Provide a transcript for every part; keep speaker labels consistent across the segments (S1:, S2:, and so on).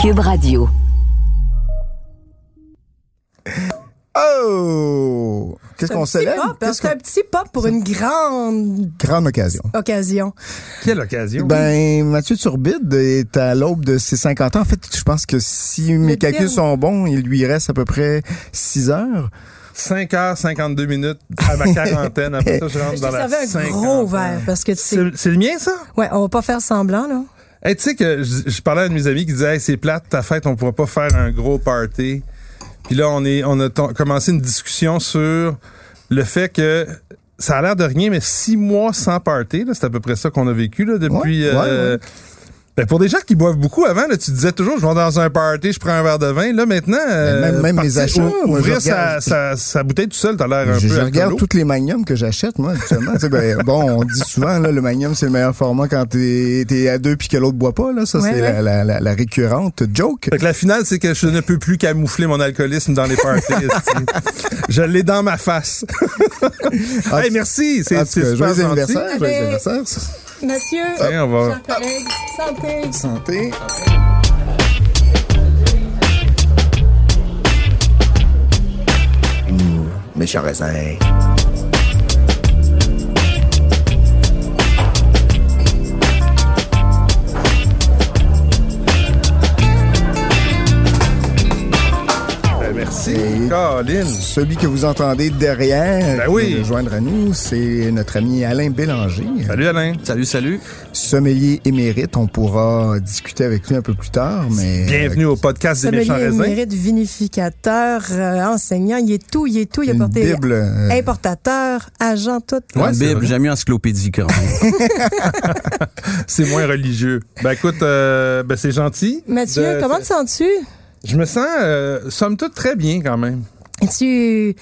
S1: Cube Radio.
S2: Oh! Qu'est-ce
S3: C'est un
S2: qu'on
S3: petit
S2: célèbre?
S3: pop, hein,
S2: Qu'est-ce
S3: C'est
S2: qu'on...
S3: un petit pop pour une grande
S2: Grande occasion.
S3: occasion.
S4: Quelle
S3: Eh
S4: occasion.
S2: Ben, Mathieu Turbide est à l'aube de ses 50 ans. En fait, je pense que si mes calculs
S3: terme.
S2: sont bons, il lui reste à peu près 6 heures.
S4: 5h52 minutes à ma quarantaine. Après ça, je rentre
S3: Je
S4: dans
S3: te
S4: la
S3: servais un gros
S4: cinquantaine.
S3: verre parce que tu sais.
S4: C'est c'est le mien, ça?
S3: Ouais, on va pas faire semblant, là.
S4: Hey, tu sais que je, je parlais à un de mes amis qui disait, hey, c'est plate, ta fête, on pourra pas faire un gros party. Puis là, on est, on a ton- commencé une discussion sur le fait que ça a l'air de rien, mais six mois sans party, là, c'est à peu près ça qu'on a vécu là, depuis.
S2: Ouais, ouais, ouais.
S4: ben, pour des gens qui boivent beaucoup avant, là, tu disais toujours, je vais dans un party, je prends un verre de vin. Là, maintenant, euh,
S2: même- même mes achats,
S4: ou-
S2: moi, je
S4: ouvrir sa,
S2: regarde-
S4: sa, sa bouteille tout seul, t'as l'air un
S2: je,
S4: peu.
S2: je regarde
S4: alcoolo.
S2: toutes les magnums que j'achète, moi, actuellement. ben, bon, on dit souvent, là, le magnum, c'est le meilleur format quand t'es, t'es à deux puis que l'autre boit pas. Là. Ça,
S3: Ouais,
S2: c'est
S3: ouais.
S2: La, la- la- la récurrente joke.
S4: Fait que la finale, c'est que je ne peux plus camoufler mon alcoolisme dans les parties. tu sais. je l'ai dans ma face.
S2: Ah,
S4: hey, merci.
S2: En
S4: C'est
S2: tout
S4: c'est
S2: cas,
S4: super
S2: joyeux
S4: gentil.
S2: anniversaire, joyeux
S3: Allez.
S2: anniversaire.
S3: Monsieur,
S4: Tiens, on va-
S3: chers collègues, santé.
S2: Santé.
S5: méchant raisin.
S4: Ben, merci. Caroline.
S2: Celui que vous entendez derrière,
S4: Ben
S2: qui
S4: oui.
S2: vient de joindre à nous, c'est notre ami Alain Bélanger.
S4: Salut Alain.
S6: Salut, salut.
S2: Sommelier émérite, on pourra discuter avec lui un peu plus tard, mais
S4: Bienvenue au podcast des méchants
S3: Sommelier
S4: raisins.
S3: émérite, vinificateur, euh, enseignant, il est tout, il est tout, il a
S2: Une
S3: porté
S2: Bible, euh,
S3: importateur, agent, tout.
S4: Ouais,
S6: La
S4: c'est
S6: Bible,
S4: vrai.
S6: j'aime mieux encyclopédie quand même.
S4: C'est moins religieux. Ben écoute, euh, ben, c'est gentil.
S3: Mathieu,
S4: De-
S3: comment te sens-tu?
S4: Je me sens, euh, somme toute, très bien quand même.
S3: Es-tu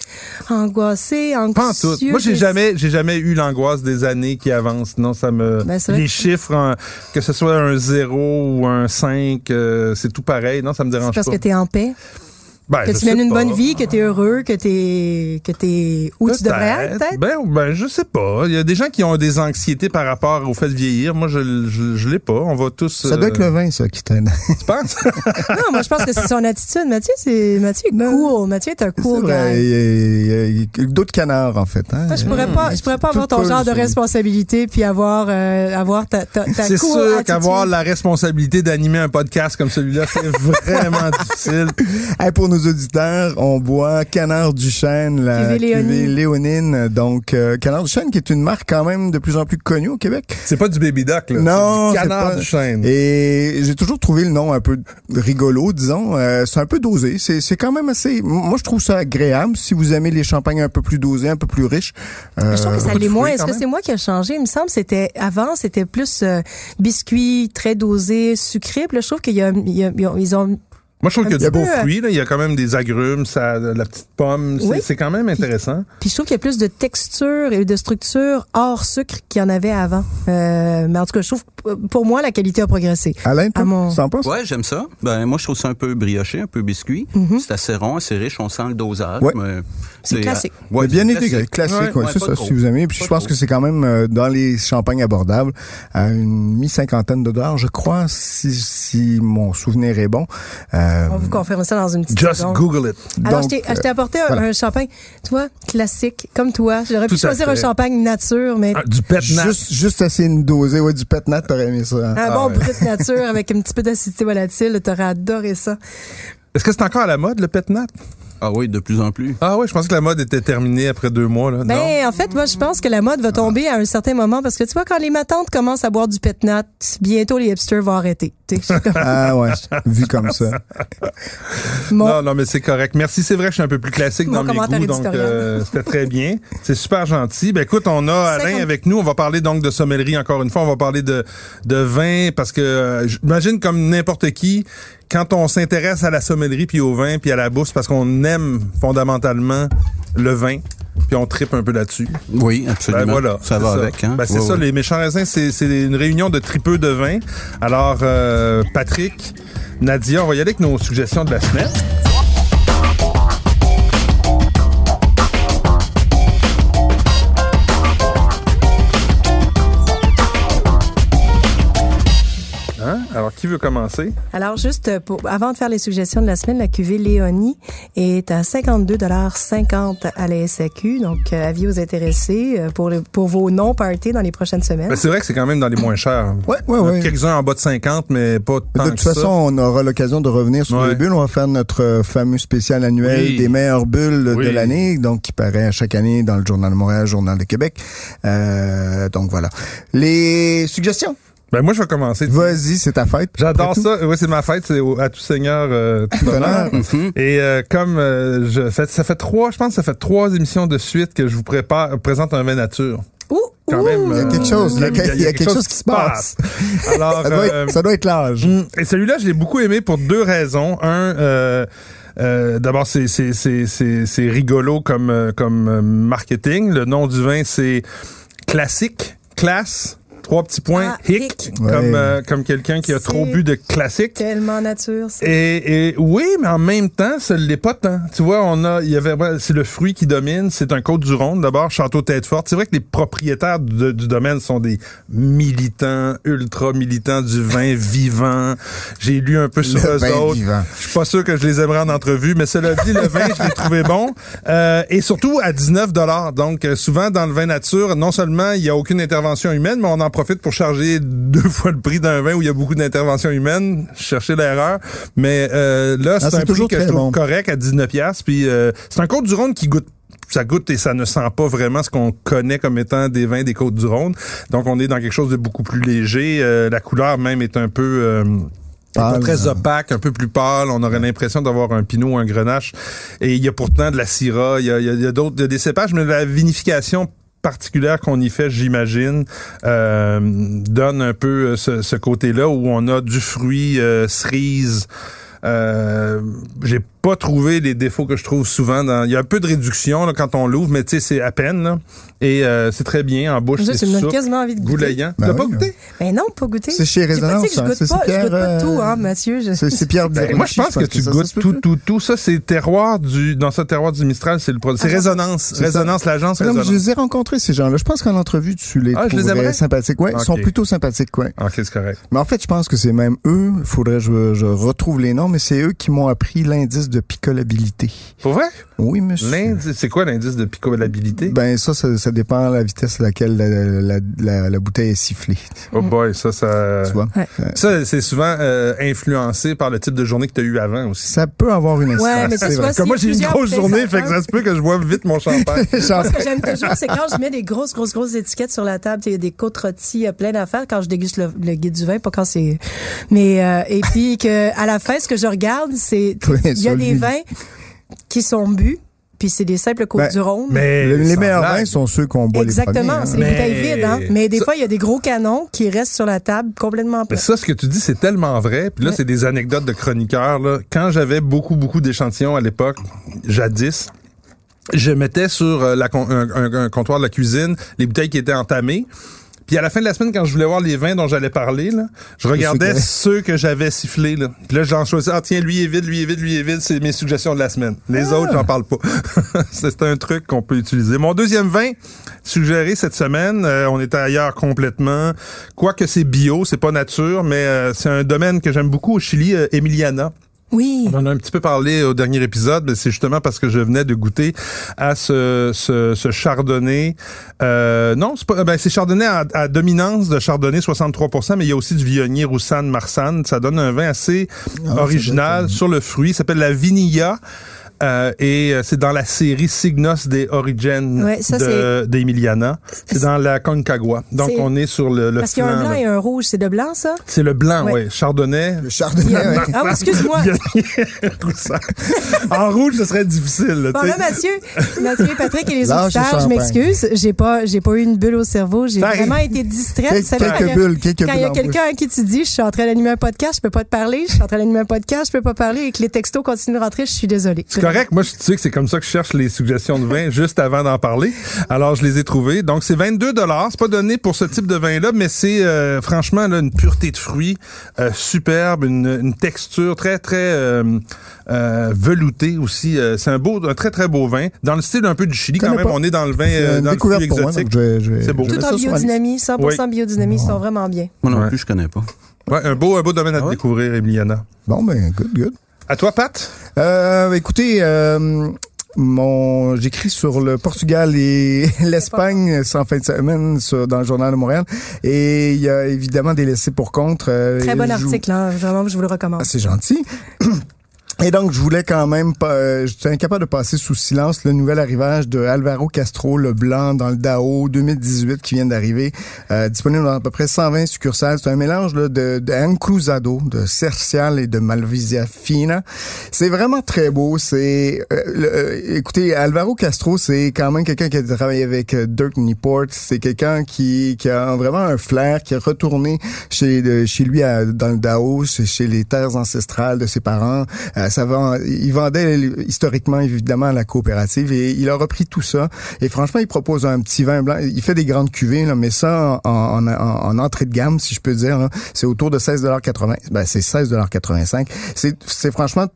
S3: angoissé, anxieux?
S4: Pas en tout. Moi, j'ai jamais, j'ai jamais eu l'angoisse des années qui avancent. Non, ça me.
S3: Ben, c'est vrai
S4: les
S3: que-
S4: chiffres, hein, que ce soit un 0 ou un 5, euh, c'est tout pareil. Non, ça me
S3: C'est
S4: dérange
S3: parce
S4: pas.
S3: que t'es en paix,
S4: Ben,
S3: que
S4: je
S3: tu mènes
S4: sais
S3: une
S4: pas.
S3: bonne vie, que t'es heureux, que t'es que t'es où tu devrais être, peut-être.
S4: Ben, ben, je sais pas. Il y a des gens qui ont des anxiétés par rapport au fait de vieillir. Moi, je, l- je, je l'ai pas. On va tous.
S2: Ça doit
S4: euh,
S2: être le vin, ça, qui t'aide.
S4: Tu penses?
S3: Non, moi, je pense que c'est son attitude. Mathieu, c'est Mathieu est
S4: Ben,
S3: cool. Mathieu est un cool gars.
S2: Il y a- il y a- il y a D'autres canards, en fait. hein.
S3: Moi, je pourrais pas, je pourrais pas
S2: Tout
S3: avoir ton
S2: peut
S3: genre de
S2: se-
S3: responsabilité puis avoir, euh, avoir ta, ta, ta
S4: C'est
S3: cool
S4: sûr
S3: attitude.
S4: qu'avoir la responsabilité d'animer un podcast comme celui-là, c'est vraiment difficile.
S2: Hey, pour nos auditeurs, on boit Canard du Chêne, la
S3: Cuvée Léonine.
S2: cuvée Léonine. Donc, euh, Canard du Chêne, qui est une marque quand même de plus en plus connue au Québec.
S4: C'est pas du baby duck, là.
S2: Non,
S4: C'est
S2: c'est
S4: du canard
S2: pas-
S4: du chêne.
S2: Et j'ai toujours trouvé le nom un peu rigolo, disons. Euh, c'est un peu dosé. C'est, c'est quand même assez. Moi, je trouve ça agréable. Si vous aimez les champagnes un peu plus dosés, un peu plus riches. euh,
S3: Je trouve que ça
S4: beaucoup de
S3: l'est moins.
S4: fruits,
S3: Est-ce
S4: quand
S3: que
S4: même.
S3: c'est moi qui ai changé? Il me semble que c'était avant, c'était plus euh, biscuit, très dosé, sucré. Puis là, je trouve qu'il y a, il y a- ils ont- ils ont.
S4: Moi, je trouve qu'il y a
S3: un
S4: du
S3: petit
S4: beau
S3: peu, hein.
S4: fruit, là. Il y a quand même des agrumes, ça, la petite pomme. C'est
S3: Oui.
S4: c'est quand même intéressant.
S3: Puis je trouve qu'il y a plus de texture et de structure hors sucre qu'il y en avait avant. Euh, mais en tout cas, je trouve que pour moi, la qualité a progressé.
S2: Alain,
S3: Ah,
S2: toi,
S3: mon-
S2: tu t'en penses?
S6: Ouais, j'aime ça. Ben, moi, je trouve ça un peu brioché, un peu biscuit. C'est assez rond, assez riche, on sent le dosage.
S2: Ouais.
S6: mais
S3: C'est classique.
S6: euh, ouais,
S2: Mais bien
S6: c'est
S2: intégré, classique, ouais,
S6: Ouais,
S2: c'est
S6: pas
S2: ça,
S6: trop.
S2: si vous aimez. Puis
S6: Pas
S2: je pense
S6: trop.
S2: que c'est quand même euh, dans les champagnes abordables, à une mi-cinquantaine de dollars, je crois, si, si mon souvenir est bon. Euh,
S3: On vous confirme ça dans une petite
S4: Just
S3: seconde.
S4: Google it.
S3: Alors,
S2: donc,
S3: je
S4: euh,
S3: t'ai- je t'ai apporté un,
S2: voilà.
S3: un champagne, toi, classique, comme toi. J'aurais pu
S4: Tout à
S3: choisir
S4: fait.
S3: un champagne nature, mais
S4: Ah, du pet
S2: juste, juste assez une dosée, ouais, du petnat, t'aurais aimé ça. hein?
S3: un
S4: Ah
S3: bon
S4: ouais.
S3: brut nature avec un petit peu d'acidité volatile. T'aurais adoré ça.
S4: Est-ce que c'est encore à la mode, le pet nat?
S6: Ah oui, de plus en plus.
S4: Ah oui, je pensais que la mode était terminée après deux mois, là. non?
S3: Ben, en fait, moi, je pense que la mode va tomber à un certain moment parce que tu vois, quand les matantes commencent à boire du pétnat, bientôt les hipsters vont arrêter. Tu sais, c'est comme
S2: Ah ouais, vu comme ça.
S3: mon-
S4: Non, non, mais c'est correct. Merci, c'est vrai que je suis un peu plus classique
S3: Mon
S4: dans mes
S3: commentaire
S4: goûts, donc
S3: éditorial.
S4: euh, c'était très bien. C'est super gentil. Ben écoute, on a Alain
S3: 50.
S4: avec nous. On va parler donc de sommellerie encore une fois. On va parler de, de vin parce que euh, j'imagine comme n'importe qui, quand on s'intéresse à la sommellerie puis au vin puis à la bourse parce qu'on aime fondamentalement le vin puis on tripe un peu là-dessus.
S6: Oui, absolument.
S4: Ben voilà,
S6: ça
S4: c'est
S6: va avec. Hein?
S4: Ben, c'est
S6: Ouais,
S4: ça,
S6: ouais.
S4: les méchants raisins, c'est c'est une réunion de tripeux de vin. Alors, euh, Patrick, Nadia, on va y aller avec nos suggestions de la semaine. Hein? Exactement. Alors, qui veut commencer?
S3: Alors, juste pour, avant de faire les suggestions de la semaine, la cuvée Léonie est à 52,50 à la SAQ. Donc, euh, avis aux intéressés euh, pour, le- pour vos non-parties dans les prochaines semaines.
S4: Ben, c'est vrai que c'est quand même dans les moins chers.
S2: Ouais, ouais, ouais.
S4: Quelques-uns en bas de 50, mais pas tant
S2: De toute
S4: que ça.
S2: façon, on aura l'occasion de revenir sur
S4: Ouais.
S2: les bulles. On va faire notre euh, fameux spécial annuel
S4: Oui.
S2: des meilleures bulles de
S4: Oui.
S2: l'année, donc qui paraît à chaque année dans le Journal de Montréal, Journal de Québec. Euh, donc voilà. Les suggestions.
S4: Ben, moi, je vais commencer.
S2: Vas-y, c'est ta fête.
S4: J'adore
S2: Après tout,
S4: ça. Oui, c'est ma fête. C'est au- à tout seigneur. euh, tout honneur.
S2: Tonnerre.
S4: Et euh, comme euh, je fais, ça fait trois, je pense que ça fait trois émissions de suite que je vous prépare, euh, présente un vin nature.
S3: Ouh,
S4: Quand
S3: ouh,
S4: même,
S2: il y a
S4: euh,
S2: quelque chose, il y a- il y a quelque chose qui se passe.
S4: Alors,
S2: Ça doit
S4: euh,
S2: être, ça doit être l'âge.
S4: Mm. Et celui-là, je l'ai beaucoup aimé pour deux raisons. Un, euh, euh, d'abord, c'est c'est- c'est- c'est- c'est rigolo comme, euh, comme euh, marketing. Le nom du vin, c'est classique, classe, trois petits points,
S3: Ah,
S4: hic,
S3: hic.
S2: Ouais.
S4: comme, euh, comme quelqu'un qui a
S3: C'est-
S4: trop bu de classique.
S3: tellement nature. ça.
S4: Et, et oui, mais en même temps, ça l'est pas tant. Tu vois, on a, il y avait, ouais, c'est le fruit qui domine. C'est un côte du Rhône, d'abord, château tête forte. C'est vrai que les propriétaires de- du domaine sont des militants, ultra militants du vin vivant. J'ai lu un peu sur
S2: Le
S4: eux
S2: vin
S4: autres.
S2: vivant.
S4: Je suis pas sûr que je les aimerais en entrevue, mais cela dit, le vin, je l'ai trouvé bon. Euh, et surtout à 19 dollars. Donc, euh, souvent, dans le vin nature, non seulement il n'y a aucune intervention humaine, mais on en profite pour charger deux fois le prix d'un vin où il y a beaucoup d'interventions humaines. Chercher l'erreur. Mais euh, là, c'est
S2: Ah, c'est
S4: un prix
S2: toujours
S4: que je
S2: très
S4: trouve
S2: bon.
S4: correct à 19 pièces. Puis, euh, c'est un Côte du Rhône qui goûte ça goûte et ça ne sent pas vraiment ce qu'on connaît comme étant des vins des Côtes du Rhône. Donc, on est dans quelque chose de beaucoup plus léger. Euh, la couleur même est un peu... euh, c'est pas
S2: Pâle.
S4: très opaque, un peu plus pâle. On aurait l'impression d'avoir un pinot ou un grenache. Et il y a pourtant de la syrah. Il y a, il y a- il y a d'autres, il y a des cépages, mais la vinification particulière qu'on y fait, j'imagine, euh, donne un peu euh, ce, ce côté-là où on a du fruit, euh, cerise. Euh, j'ai pas trouvé les défauts que je trouve souvent dans. Il y a un peu de réduction là, quand on l'ouvre, mais tu sais, c'est à peine. là. Et euh, c'est très bien en bouche.
S3: Juste,
S4: C'est
S3: ça me donne
S4: souple,
S3: quasiment envie de goûter.
S4: goulayant.
S2: Ben
S4: T'as pas
S2: oui.
S4: goûté?
S3: Mais non, pas goûter.
S2: C'est chez
S3: J'ai pas dit
S2: Résonance,
S3: que Je
S2: hein.
S3: goûte
S2: C'est
S3: pas, je
S2: Pierre,
S3: goûte pas
S2: euh,
S3: tout, hein, Mathieu. Je-
S2: C'est c'est Pierre
S4: Ben,
S2: Birochi,
S4: moi, je pense que, tu
S2: ça, ça
S4: goûtes
S2: se peut.
S4: tout, tout, tout. Ça, c'est terroir du, dans ce terroir du Mistral, c'est le produit. C'est Résonance.
S2: Ah, C'est ça. Ah
S4: Résonance, l'agence
S2: Non, mais je
S4: Résonance.
S2: les ai rencontrés, ces gens-là. Je pense qu'en entrevue, tu les
S4: Ah, je les
S2: trouverais
S4: aimerais?
S2: sympathiques. Ouais,
S4: Ok.
S2: ils sont plutôt sympathiques, ouais.
S4: Ok, c'est correct.
S2: Mais en fait, je pense que c'est même eux, faudrait que je, je retrouve les noms, mais c'est eux qui m'ont appris l'indice de picolabilité.
S4: Pour vrai?
S2: Oui, monsieur.
S4: L'indice, c'est quoi l'indice de picolabilité?
S2: Ben ça, ça, ça dépend de la vitesse à laquelle la, la- la- la bouteille est sifflée,
S4: oh boy, ça, ça.
S2: tu vois.
S3: Ouais.
S4: Ça, c'est souvent euh, influencé par le type de journée que tu as eu avant aussi.
S2: Ça peut avoir une incidence,
S3: mais tu
S2: c'est
S3: vois,
S2: vrai.
S3: S'il
S4: Comme
S3: y
S4: moi,
S3: a
S4: j'ai une
S3: plusieurs
S4: grosse journée, fait
S3: présenteurs.
S4: que ça se peut que je boive vite mon champagne.
S2: Genre,
S3: Ce que j'aime toujours, c'est quand je mets des grosses, grosses, grosses étiquettes sur la table, tu sais, il y a des côtes rôties, il y a plein d'affaires quand je déguste le, le guide du vin, pas quand c'est. Mais euh, et puis que à la fin, ce que je regarde, c'est
S2: Oui,
S3: il y a
S2: celui.
S3: des vins qui sont bu, puis c'est des simples côtes
S2: Ben,
S3: du Rhône.
S4: Mais.
S2: le- les
S4: sans
S2: meilleurs
S4: blague.
S2: vins sont ceux qu'on boit
S3: Exactement, c'est
S2: les
S3: des
S2: premiers. hein.
S4: Mais-
S3: bouteilles vides, hein. Mais des fois, il y a des gros canons qui restent sur la table complètement
S4: Mais
S3: pleins.
S4: ça, ce que tu dis, c'est tellement vrai. Puis là,
S3: Ouais.
S4: c'est des anecdotes de chroniqueurs. Là. Quand j'avais beaucoup, beaucoup d'échantillons à l'époque, jadis, je mettais sur euh, la con- un, un- un comptoir de la cuisine les bouteilles qui étaient entamées. Puis à la fin de la semaine, quand je voulais voir les vins dont j'allais parler, là, je regardais
S2: que-
S4: ceux que j'avais sifflés. Là. Puis là, j'en choisissais. Ah, tiens, lui est vide, lui est vide, lui est vide. C'est mes suggestions de la semaine. Les autres, j'en parle pas. c'est un truc qu'on peut utiliser. Mon deuxième vin suggéré cette semaine, euh, on est ailleurs complètement. Quoique c'est bio, c'est pas nature, mais euh, c'est un domaine que j'aime beaucoup au Chili, euh, Emiliana.
S3: Oui.
S4: On en a un petit peu parlé au dernier épisode, mais c'est justement parce que je venais de goûter à ce, ce, ce chardonnay. Euh, non, c'est pas, ben c'est chardonnay à, à dominance de chardonnay 63%, mais il y a aussi du viognier roussanne, marsanne. Ça donne un vin assez original sur le fruit. Ça s'appelle la vinilla. euh, et euh, c'est dans la série Signos des Origines
S3: Ouais, ça,
S4: de- d'Emiliana. C'est dans la Concagua. Donc,
S3: C'est-
S4: on est sur le, le
S3: Parce qu'il y a un
S4: flanc,
S3: blanc
S4: là.
S3: et un rouge, c'est de blanc, ça?
S4: C'est le blanc, oui.
S3: Ouais.
S4: Chardonnay,
S2: Le chardonnay, ouais.
S3: Ah, oui, excuse-moi.
S4: Roussin. en rouge, ce serait difficile. là,
S3: Bon
S4: tu
S3: là,
S4: sais.
S2: ben,
S3: Mathieu, Mathieu et Patrick et les
S2: Lâche
S3: auditeurs,
S2: le
S3: je
S2: champagne.
S3: m'excuse, j'ai pas, j'ai pas eu une bulle au cerveau, j'ai
S4: Ça arrive.
S3: vraiment été distraite.
S2: Quel-
S3: Vous savez,
S2: quelques
S3: quand-
S2: bulles, quelques
S3: Quand il y
S2: bulles
S3: a
S2: en
S3: quelqu'un qui te dit, je suis en train d'animer un podcast, je peux pas te parler, je suis en train d'animer un podcast, je peux pas parler, et que les textos continuent de rentrer, je suis désolée.
S4: C'est correct. Moi, je tu sais que c'est comme ça que je cherche les suggestions de vin juste avant d'en parler. Alors, je les ai trouvées. Donc, c'est 22 dollars. C'est pas donné pour ce type de vin-là, mais c'est euh, franchement là, une pureté de fruits euh, superbe, une, une texture très très euh, euh, veloutée aussi. Euh, c'est un beau, un très très beau vin dans le style un peu du Chili quand
S2: Connais
S4: même.
S2: pas.
S4: On est dans le vin,
S2: C'est
S4: euh,
S2: une
S4: dans le fruit
S2: découverte pour moi,
S4: exotique.
S2: donc je vais- je vais-
S4: C'est beau.
S2: je vais
S3: Tout
S2: mettre
S3: en
S2: ça sur ma liste.
S3: biodynamie, 100% biodynamie, ils sont vraiment bien.
S6: Moi non
S4: Ouais.
S6: plus, je connais pas.
S4: Ouais, un beau, un beau
S2: Ah
S4: domaine à
S6: ouais?
S4: découvrir, Emiliana.
S2: Bon, ben, good, good.
S4: À toi, Pat?
S2: Euh, écoutez, euh, mon, j'écris sur le Portugal et l'Espagne en fin de semaine sur- dans le Journal de Montréal. Et il y a évidemment des laissés pour contre. euh,
S3: Très
S2: et
S3: bon
S2: je vous-
S3: article, hein, vraiment, je vous le recommande.
S2: Ah, c'est gentil. Et donc, je voulais quand même pas, euh, j'étais incapable de passer sous silence le nouvel arrivage de Alvaro Castro Leblanc dans le DAO 2018 qui vient d'arriver, euh, disponible dans à peu près 120 succursales. C'est un mélange là, de, de Encruzado, de Cercial et de Malvisia Fina. C'est vraiment très beau. C'est, euh, le- euh, écoutez, Alvaro Castro, c'est quand même quelqu'un qui a travaillé avec euh, Dirk Nieport. C'est quelqu'un qui, qui a vraiment un flair, qui est retourné chez, de- chez lui à- dans le Dao, chez, chez les terres ancestrales de ses parents. Euh, ça vend- il vendait historiquement, évidemment, à la coopérative et il a repris tout ça. Et franchement, il propose un petit vin blanc. Il fait des grandes cuvées, là, mais ça, en, en- en- en entrée de gamme, si je peux dire, là, c'est autour de 16,80 Ben, c'est 16,85 C'est c'est franchement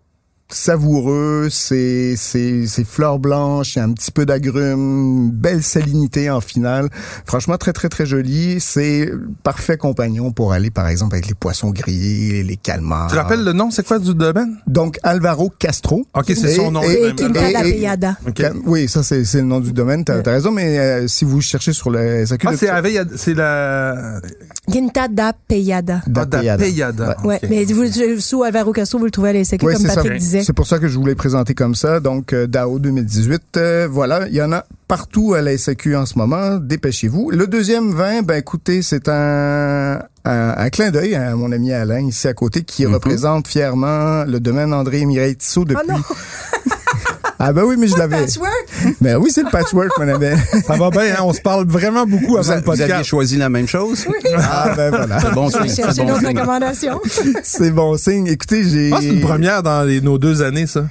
S2: savoureux, c'est c'est c'est fleurs blanches, il y a un petit peu d'agrumes, belle salinité en finale. Franchement très très très joli, c'est parfait compagnon pour aller par exemple avec les poissons grillés, les calmars.
S4: Tu rappelles le nom, c'est quoi du domaine?
S2: Donc Alvaro Castro.
S4: Ok, c'est
S2: Et-
S4: son nom.
S2: et-
S4: c'est
S3: Et
S4: même
S2: et-
S4: là.
S3: Quinta da
S2: et-
S3: Peyada.
S4: Ok.
S2: Cal- Oui, ça c'est c'est le nom du domaine, t'as
S3: Ouais.
S2: t'as raison mais euh, si vous cherchez sur le SAQ
S4: Ah,
S2: de-
S4: c'est la veille, c'est la...
S3: Quinta da Peyada.
S4: Ah, de la
S2: d'Apeyada.
S4: Peyada.
S3: Ouais,
S4: Ok.
S3: mais vous, je- sous Alvaro Castro, vous le trouvez à la SQ,
S2: Ouais,
S3: comme
S2: c'est
S3: Patrick
S2: ça.
S3: disait.
S2: C'est pour ça que je voulais présenter comme ça. Donc, euh, DAO 2018, euh, voilà, il y en a partout à la SAQ en ce moment. Dépêchez-vous. Le deuxième vin, ben écoutez, c'est un, un, un clin d'œil à mon ami Alain, ici à côté, qui
S4: Mhm.
S2: représente fièrement le domaine André-Mireille Tissot depuis...
S3: Oh non!
S2: ah ben oui, mais je l'avais...
S3: Patchwork!
S2: Ben oui, c'est le patchwork, mon ami.
S4: Ça va bien, hein, on se parle vraiment beaucoup
S6: Vous,
S4: avant
S6: a-
S4: le
S6: vous aviez
S4: podcast.
S6: choisi la même chose?
S2: Ah ben voilà,
S6: C'est bon signe. c'est
S3: Cherchez
S6: bon
S3: notre
S6: signe.
S3: recommandation.
S2: c'est bon signe. Écoutez, j'ai...
S4: Ah, c'est une première dans les- nos deux années, ça.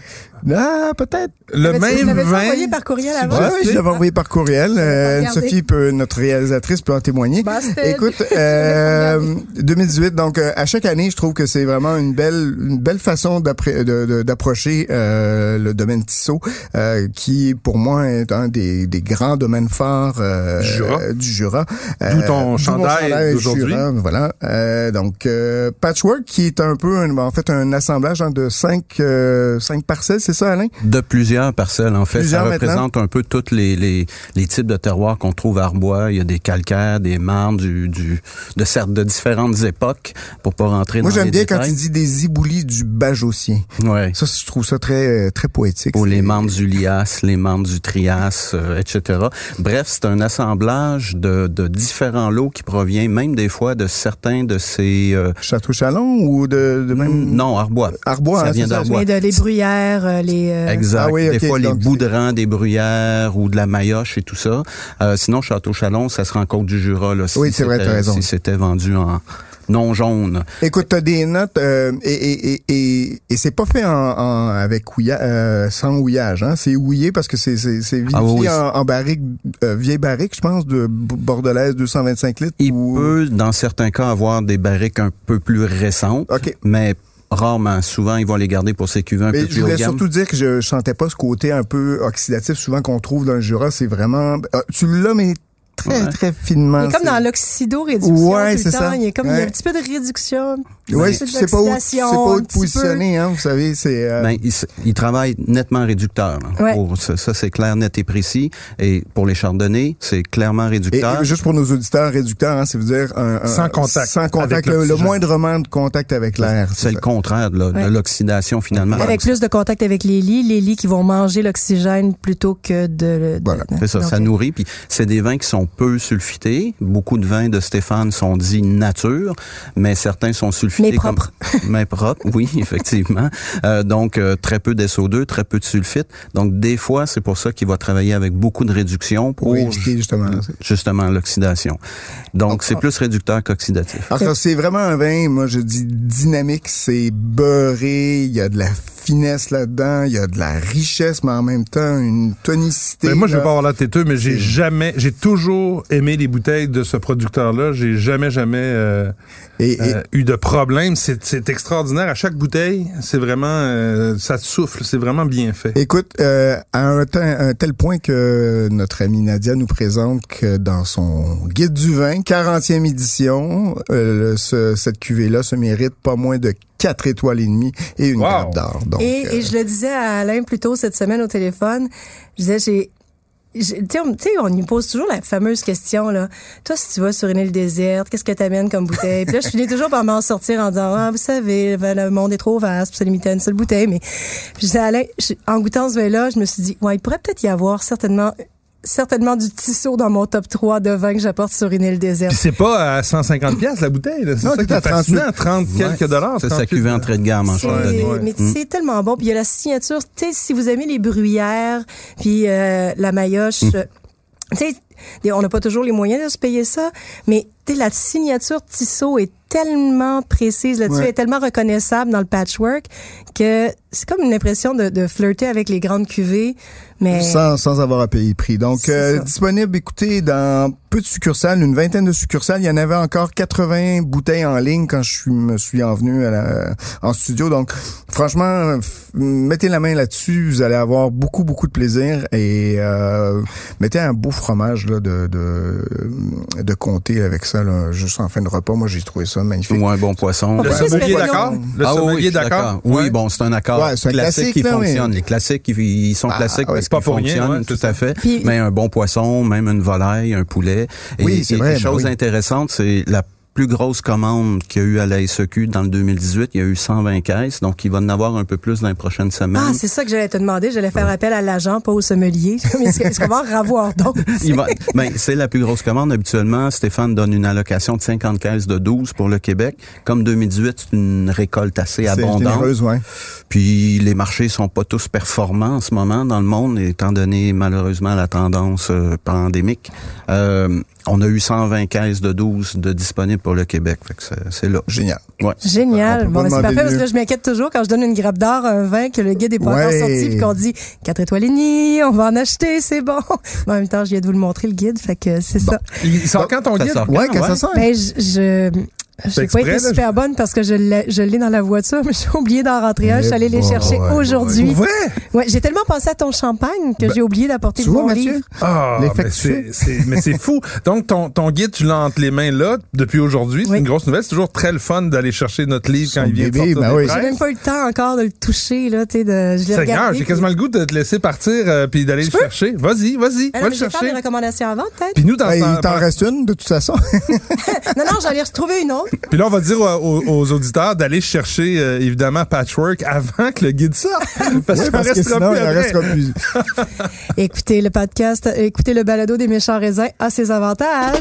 S2: Ah, peut-être.
S4: Le
S3: Vous l'avez- vous
S4: même
S3: l'avez
S4: vin.
S3: envoyé par courriel avant?
S2: Oui,
S4: Ouais.
S2: je l'avais envoyé par courriel. Euh,
S3: regardé.
S2: Sophie, peut, notre réalisatrice, peut en témoigner.
S3: Busted.
S2: Écoute, euh, 2018, donc euh, à chaque année, je trouve que c'est vraiment une belle une belle façon d'appré- de- de- d'approcher euh, le domaine Tissot, euh, qui pour moi est un des, des grands domaines phares euh,
S4: Du Jura.
S2: euh, du Jura.
S4: D'où ton
S2: mon
S4: chandail d'aujourd'hui.
S2: Jura, voilà. Euh, donc euh, Patchwork, qui est un peu un- en fait un assemblage hein, de cinq euh, cinq parcelles, c'est ça, Alain?
S6: De plusieurs parcelles, en fait.
S2: Plusieurs
S6: ça
S2: maintenant.
S6: représente un peu tous les, les, les types de terroirs qu'on trouve à Arbois. Il y a des calcaires, des marnes, du, du, de, certes, de différentes époques, pour pas rentrer
S2: Moi,
S6: dans les
S2: j'aime bien quand
S6: détails.
S2: il dit des iboulis du Bajossien.
S6: Ouais.
S2: Ça, je trouve ça très, euh, très poétique.
S6: Pour les
S2: C'est-
S6: membres du Lias, les membres du Trias, euh, etc. Bref, c'est un assemblage de, de différents lots qui provient même des fois de certains de ces... euh,
S2: Château Chalon ou de, de même.
S6: non, Arbois.
S2: Arbois,
S6: Ça
S2: hein,
S6: vient
S2: c'est ça,
S6: d'Arbois.
S3: Mais de les bruyères, euh, les... euh,
S6: Exact.
S2: Ah oui, ok,
S6: des fois, les
S2: donc
S6: bouts de rang des bruyères ou de la maillotche et tout ça. Euh, sinon, Château-Chalon, ça se rencontre du Jura. Là, si
S2: Oui, c'est vrai,
S6: c'était-
S2: t'as raison.
S6: Si c'était vendu en non jaune.
S2: Écoute, t'as des notes euh, et, et, et, et, et c'est pas fait en, en- avec ouilla- euh, sans ouillage, hein. C'est ouillé parce que c'est c'est c'est vinifié
S6: Ah oui, oui.
S2: en, en barrique, euh, vieille barrique, je pense, de b- bordelaise 225 litres.
S6: Il
S2: ou-
S6: peut, dans certains cas, avoir des barriques un peu plus récentes,
S2: Ok.
S6: mais rarement. Souvent, ils vont les garder pour ces cuvées un
S2: Mais je
S6: peu plus haut de
S2: voulais
S6: gamme.
S2: surtout dire que je chantais pas ce côté un peu oxydatif souvent qu'on trouve dans le Jura. C'est vraiment, Ah, tu l'as mais très
S6: Ouais.
S2: très finement.
S3: Il est comme
S2: c'est-
S3: dans l'oxydo-réduction
S2: Ouais,
S3: tout
S2: c'est
S3: le
S2: ça.
S3: temps. Il y a comme il y a
S2: Ouais.
S3: un petit peu de réduction. un petit
S2: Ouais,
S3: peu
S2: tu sais pas où, tu sais pas
S3: d'oxydation,
S2: où
S3: un
S2: te
S3: petit peu.
S2: positionner, hein, vous savez, c'est... euh,
S6: Ben, ils, s- ils travaillent nettement réducteur. là.
S3: Ouais.
S6: Pour- ça, ça, c'est clair, net et précis. Et pour les chardonnays, c'est clairement
S2: Et,
S6: réducteur.
S2: et juste pour nos auditeurs, réducteur, hein, c'est veut dire un, un-
S4: Sans contact
S2: sans
S4: avec
S2: contact, le, le
S4: l'oxygène.
S2: moindrement de contact avec l'air.
S6: c'est le
S2: ça.
S6: contraire de, la- de
S3: Ouais.
S6: l'oxydation, finalement.
S3: Avec plus de contact avec les lits, les lits qui vont manger l'oxygène plutôt que de... de-
S2: Voilà.
S6: C'est ça,
S3: Donc, euh,
S6: ça nourrit. Puis c'est des vins qui sont peu sulfités. Beaucoup de vins de Stéphane sont dits nature, mais certains sont sulfités.
S3: Mais propres.
S6: Comme, mais propres, oui, effectivement. Euh, donc euh, très peu d'SO2, très peu de sulfite. Donc des fois, c'est pour ça qu'il va travailler avec beaucoup de réduction pour
S2: Pour éviter, justement. c'est-
S6: justement l'oxydation.
S2: Ah,
S6: Donc c'est plus réducteur qu'oxydatif.
S2: Alors, c'est vraiment un vin, moi je dis dynamique, c'est beurré, il y a de la finesse là-dedans, il y a de la richesse, mais en même temps une tonicité.
S4: Ben, moi, je
S2: là.
S4: veux pas avoir la têteux, mais j'ai jamais, j'ai toujours aimé les bouteilles de ce producteur-là. J'ai jamais, jamais euh,
S2: Et- et-
S4: euh, eu de problème. C'est c'est extraordinaire. À chaque bouteille, c'est vraiment, euh, ça souffle. C'est vraiment bien fait.
S2: Écoute, euh, à un, te- un tel point que notre amie Nadia nous présente que dans son guide du vin, 40e édition, euh, le- ce- cette cuvée-là se mérite pas moins de 4 étoiles et demie et une
S4: Wow.
S2: grappe d'or. Donc,
S3: Et,
S2: euh,
S3: et je le disais à Alain plus tôt cette semaine au téléphone, je disais, j'ai... j'ai- Tu sais, on- tu sais, on nous pose toujours la fameuse question, là. Toi, si tu vas sur une île déserte, qu'est-ce que t'amènes comme bouteille? Puis là, je finis toujours par m'en sortir en disant, ah, vous savez, le le monde est trop vaste, puis c'est limité à une seule bouteille. Mais puis je disais, à Alain, je- en goûtant ce vin-là, je me suis dit, ouais, il pourrait peut-être y avoir certainement, certainement du Tissot dans mon top 3 de vins que j'apporte sur une île déserte.
S4: Puis c'est pas à 150 pièces la bouteille. là. C'est
S2: Non,
S4: ça
S2: t'es
S4: qui
S2: à
S4: est
S2: 38.
S4: fascinant. 30 quelques dollars.
S6: C'est sa
S4: 38.
S6: cuvée entrée de gamme en
S3: C'est-
S6: Chardonnay.
S4: ouais.
S3: Mais c'est tellement bon. Puis il y a la signature. Tu sais, si vous aimez les bruyères, puis euh, la maillotche,
S6: Hmm.
S3: euh, tu sais, des- on n'a pas toujours les moyens de se payer ça, mais tu sais, la signature Tissot est tellement précise là-dessus,
S2: Ouais.
S3: elle est tellement reconnaissable dans le patchwork que c'est comme une impression de, de flirter avec les grandes cuvées, mais
S2: Sans, sans avoir à payer le prix. Donc,
S3: C'est
S2: euh,
S3: ça.
S2: disponible, écoutez, dans peu de succursales, une vingtaine de succursales. Il y en avait encore 80 bouteilles en ligne quand je suis, me suis envenu à la- en studio. Donc, franchement, f- mettez la main là-dessus. Vous allez avoir beaucoup, beaucoup de plaisir. Et euh, mettez un beau fromage là, de, de, de comté avec ça, là, juste en fin de repas. Moi, j'ai trouvé ça magnifique.
S6: Ou un bon poisson.
S2: Ah,
S3: peut
S4: Le
S2: ben,
S3: Ouais.
S4: sommelier est
S3: Espérons.
S4: d'accord? Le
S6: Ah oui,
S4: sommelier
S6: je
S4: est
S6: suis
S4: d'accord?
S6: Oui,
S4: Ouais.
S6: bon, c'est un accord
S2: Ouais, c'est un classique,
S6: classique, qui
S2: là, mais-
S6: fonctionne. Les classiques, ils, ils sont
S2: Ah,
S6: classiques
S2: ouais,
S6: parce
S2: c'est
S4: pas
S6: qu'ils
S4: pour rien,
S6: fonctionnent,
S4: ouais,
S6: tout
S4: c'est
S6: à fait.
S3: Puis-
S6: Mais un bon poisson, même une volaille, un poulet. Et,
S2: Oui, c'est
S6: et
S2: vrai,
S6: Une chose
S2: ben oui.
S6: intéressante, c'est la plus grosse commande qu'il y a eu à la SEQ dans le 2018, il y a eu 120 caisses, donc il va en avoir un peu plus dans les prochaines semaines.
S3: ah, c'est ça que j'allais te demander. J'allais faire appel à l'agent, pas au sommelier. Mais est-ce que- est-ce qu'on va en revoir d'autres?
S6: Il va- ben, c'est la plus grosse commande. Habituellement, Stéphane donne une allocation de 50 caisses de 12 pour le Québec. Comme 2018, c'est une récolte assez
S2: C'est
S6: abondante.
S2: généreuse, ouais.
S6: Puis les marchés sont pas tous performants en ce moment dans le monde, étant donné malheureusement la tendance euh, pandémique. Euh, on a eu 120 caisses de 12 de disponibles pour le Québec. Fait que c'est- C'est là.
S2: Génial.
S6: Ouais.
S2: On
S3: Génial.
S2: peut
S3: Bon,
S2: pas
S3: ben, c'est
S2: demander
S3: parfait parce que
S2: mieux.
S3: là, je m'inquiète toujours quand je donne une grappe d'or à un vin que le guide est pas
S2: Ouais.
S3: encore sorti puis qu'on dit 4 étoiles et demie, on va en acheter, c'est bon. Mais en même temps, je viens de vous le montrer le guide, fait que c'est ça.
S4: Il sort quand ton
S6: Ça
S4: guide?
S6: sort
S2: Ouais,
S6: quand,
S2: quand ça
S6: ouais.
S2: sent.
S3: Ben je je j'ai pas
S4: exprès,
S3: été
S4: là,
S3: super bonne parce que je l'ai je l'ai dans la voiture, mais j'ai oublié d'en rentrer un, je suis allée les
S2: Eh
S3: chercher
S2: boy,
S3: aujourd'hui.
S4: Pour vrai?
S3: Ouais, j'ai tellement pensé à ton champagne que j'ai oublié d'apporter
S2: Tu
S3: le
S2: vois,
S3: bon
S2: Mathieu?
S3: livre.
S4: Ah,
S2: Les
S4: ben,
S2: factures.
S4: c'est- c'est- mais c'est fou. Donc, ton, ton guide, tu l'as entre les mains là depuis aujourd'hui. C'est
S3: Oui.
S4: une grosse nouvelle. C'est toujours très le fun d'aller chercher notre livre quand
S2: Son
S4: il vient de
S2: bébé,
S4: sortir
S2: ben
S4: des
S2: oui.
S4: presses.
S3: J'ai même pas eu le temps encore de le toucher là, tu sais de je l'ai
S4: Seigneur,
S3: regardé.
S4: j'ai
S3: puis-
S4: quasiment le goût de te laisser partir euh, puis d'aller le chercher. Vas-y, vas-y,
S3: Ah non,
S4: va
S3: mais
S4: le
S3: je vais faire des Ben,
S4: chercher.
S3: recommandations avant peut-être.
S4: Puis nous, dans
S2: Ouais,
S4: ce temps-
S2: Ben, il t'en reste une, de toute façon.
S3: Non non, j'allais retrouver une autre.
S4: Puis là, on va dire aux, aux- aux auditeurs d'aller chercher, euh, évidemment, Patchwork avant que le guide sorte. Parce
S2: Oui,
S4: qu'il
S2: parce que
S4: restera
S2: sinon,
S4: plus
S2: il en
S4: après.
S2: restera plus.
S3: Écoutez le podcast, écoutez le balado des méchants raisins à ses avantages.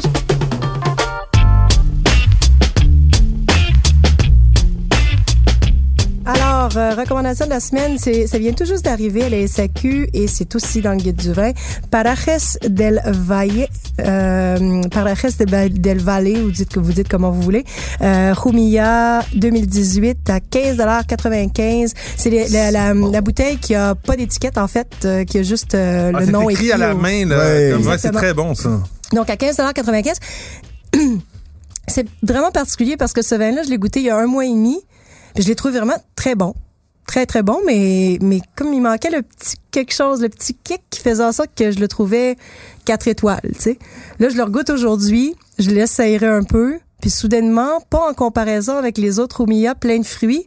S3: Alors, euh, recommandation de la semaine, c'est, ça vient tout juste d'arriver à la SAQ et c'est aussi dans le guide du vin. Parajes del Valle, euh, Parajes de Ba- del Valle, ou dites que vous dites comment vous voulez. Euh, Rumilla 2018 à 15,95 C'est les- la, la- la bouteille qui a pas d'étiquette en fait, euh, qui a juste euh,
S4: Ah,
S3: le
S4: c'est
S3: nom
S4: écrit à la
S3: au-
S4: main, là.
S2: Ouais.
S4: Comme, ouais, c'est
S3: Exactement.
S4: très bon, ça.
S3: donc, à 15,95 c'est vraiment particulier parce que ce vin-là, je l'ai goûté il y a un mois et demi. Puis je l'ai trouvé vraiment très bon. Très, très bon, mais, mais comme il manquait le petit quelque chose, le petit kick qui faisait en sorte que je le trouvais quatre étoiles, tu sais. Là, je le regoute aujourd'hui, je le laisse s'aérer un peu, puis soudainement, pas en comparaison avec les autres Oumia plein de fruits,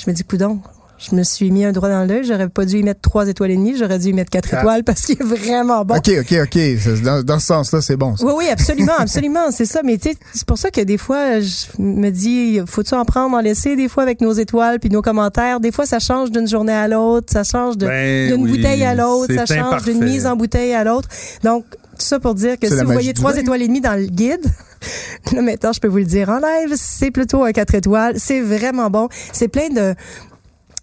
S3: je me dis, coudon, je me suis mis un droit dans l'œil, j'aurais pas dû y mettre trois étoiles et demie, j'aurais dû y mettre quatre
S2: Ah.
S3: étoiles parce qu'il est vraiment bon.
S2: OK, OK, OK. C'est- Dans, dans ce sens-là, c'est bon. ça.
S3: Oui, oui, absolument, absolument. C'est ça. Mais tu sais, c'est pour ça que des fois, je me dis, faut-tu en prendre, en laisser, des fois avec nos étoiles puis nos commentaires. Des fois, ça change d'une journée à l'autre, ça change de-
S4: Ben
S3: d'une
S4: oui,
S3: bouteille à l'autre, ça
S4: c'est
S3: change
S4: imparfait.
S3: d'une mise en bouteille à l'autre. Donc, tout ça pour dire
S2: C'est
S3: que si
S2: la
S3: vous
S2: magie
S3: voyez
S2: du
S3: trois
S2: vin.
S3: étoiles et demie dans le guide, là maintenant, je peux vous le dire en live, c'est plutôt un quatre étoiles. C'est vraiment bon. C'est plein de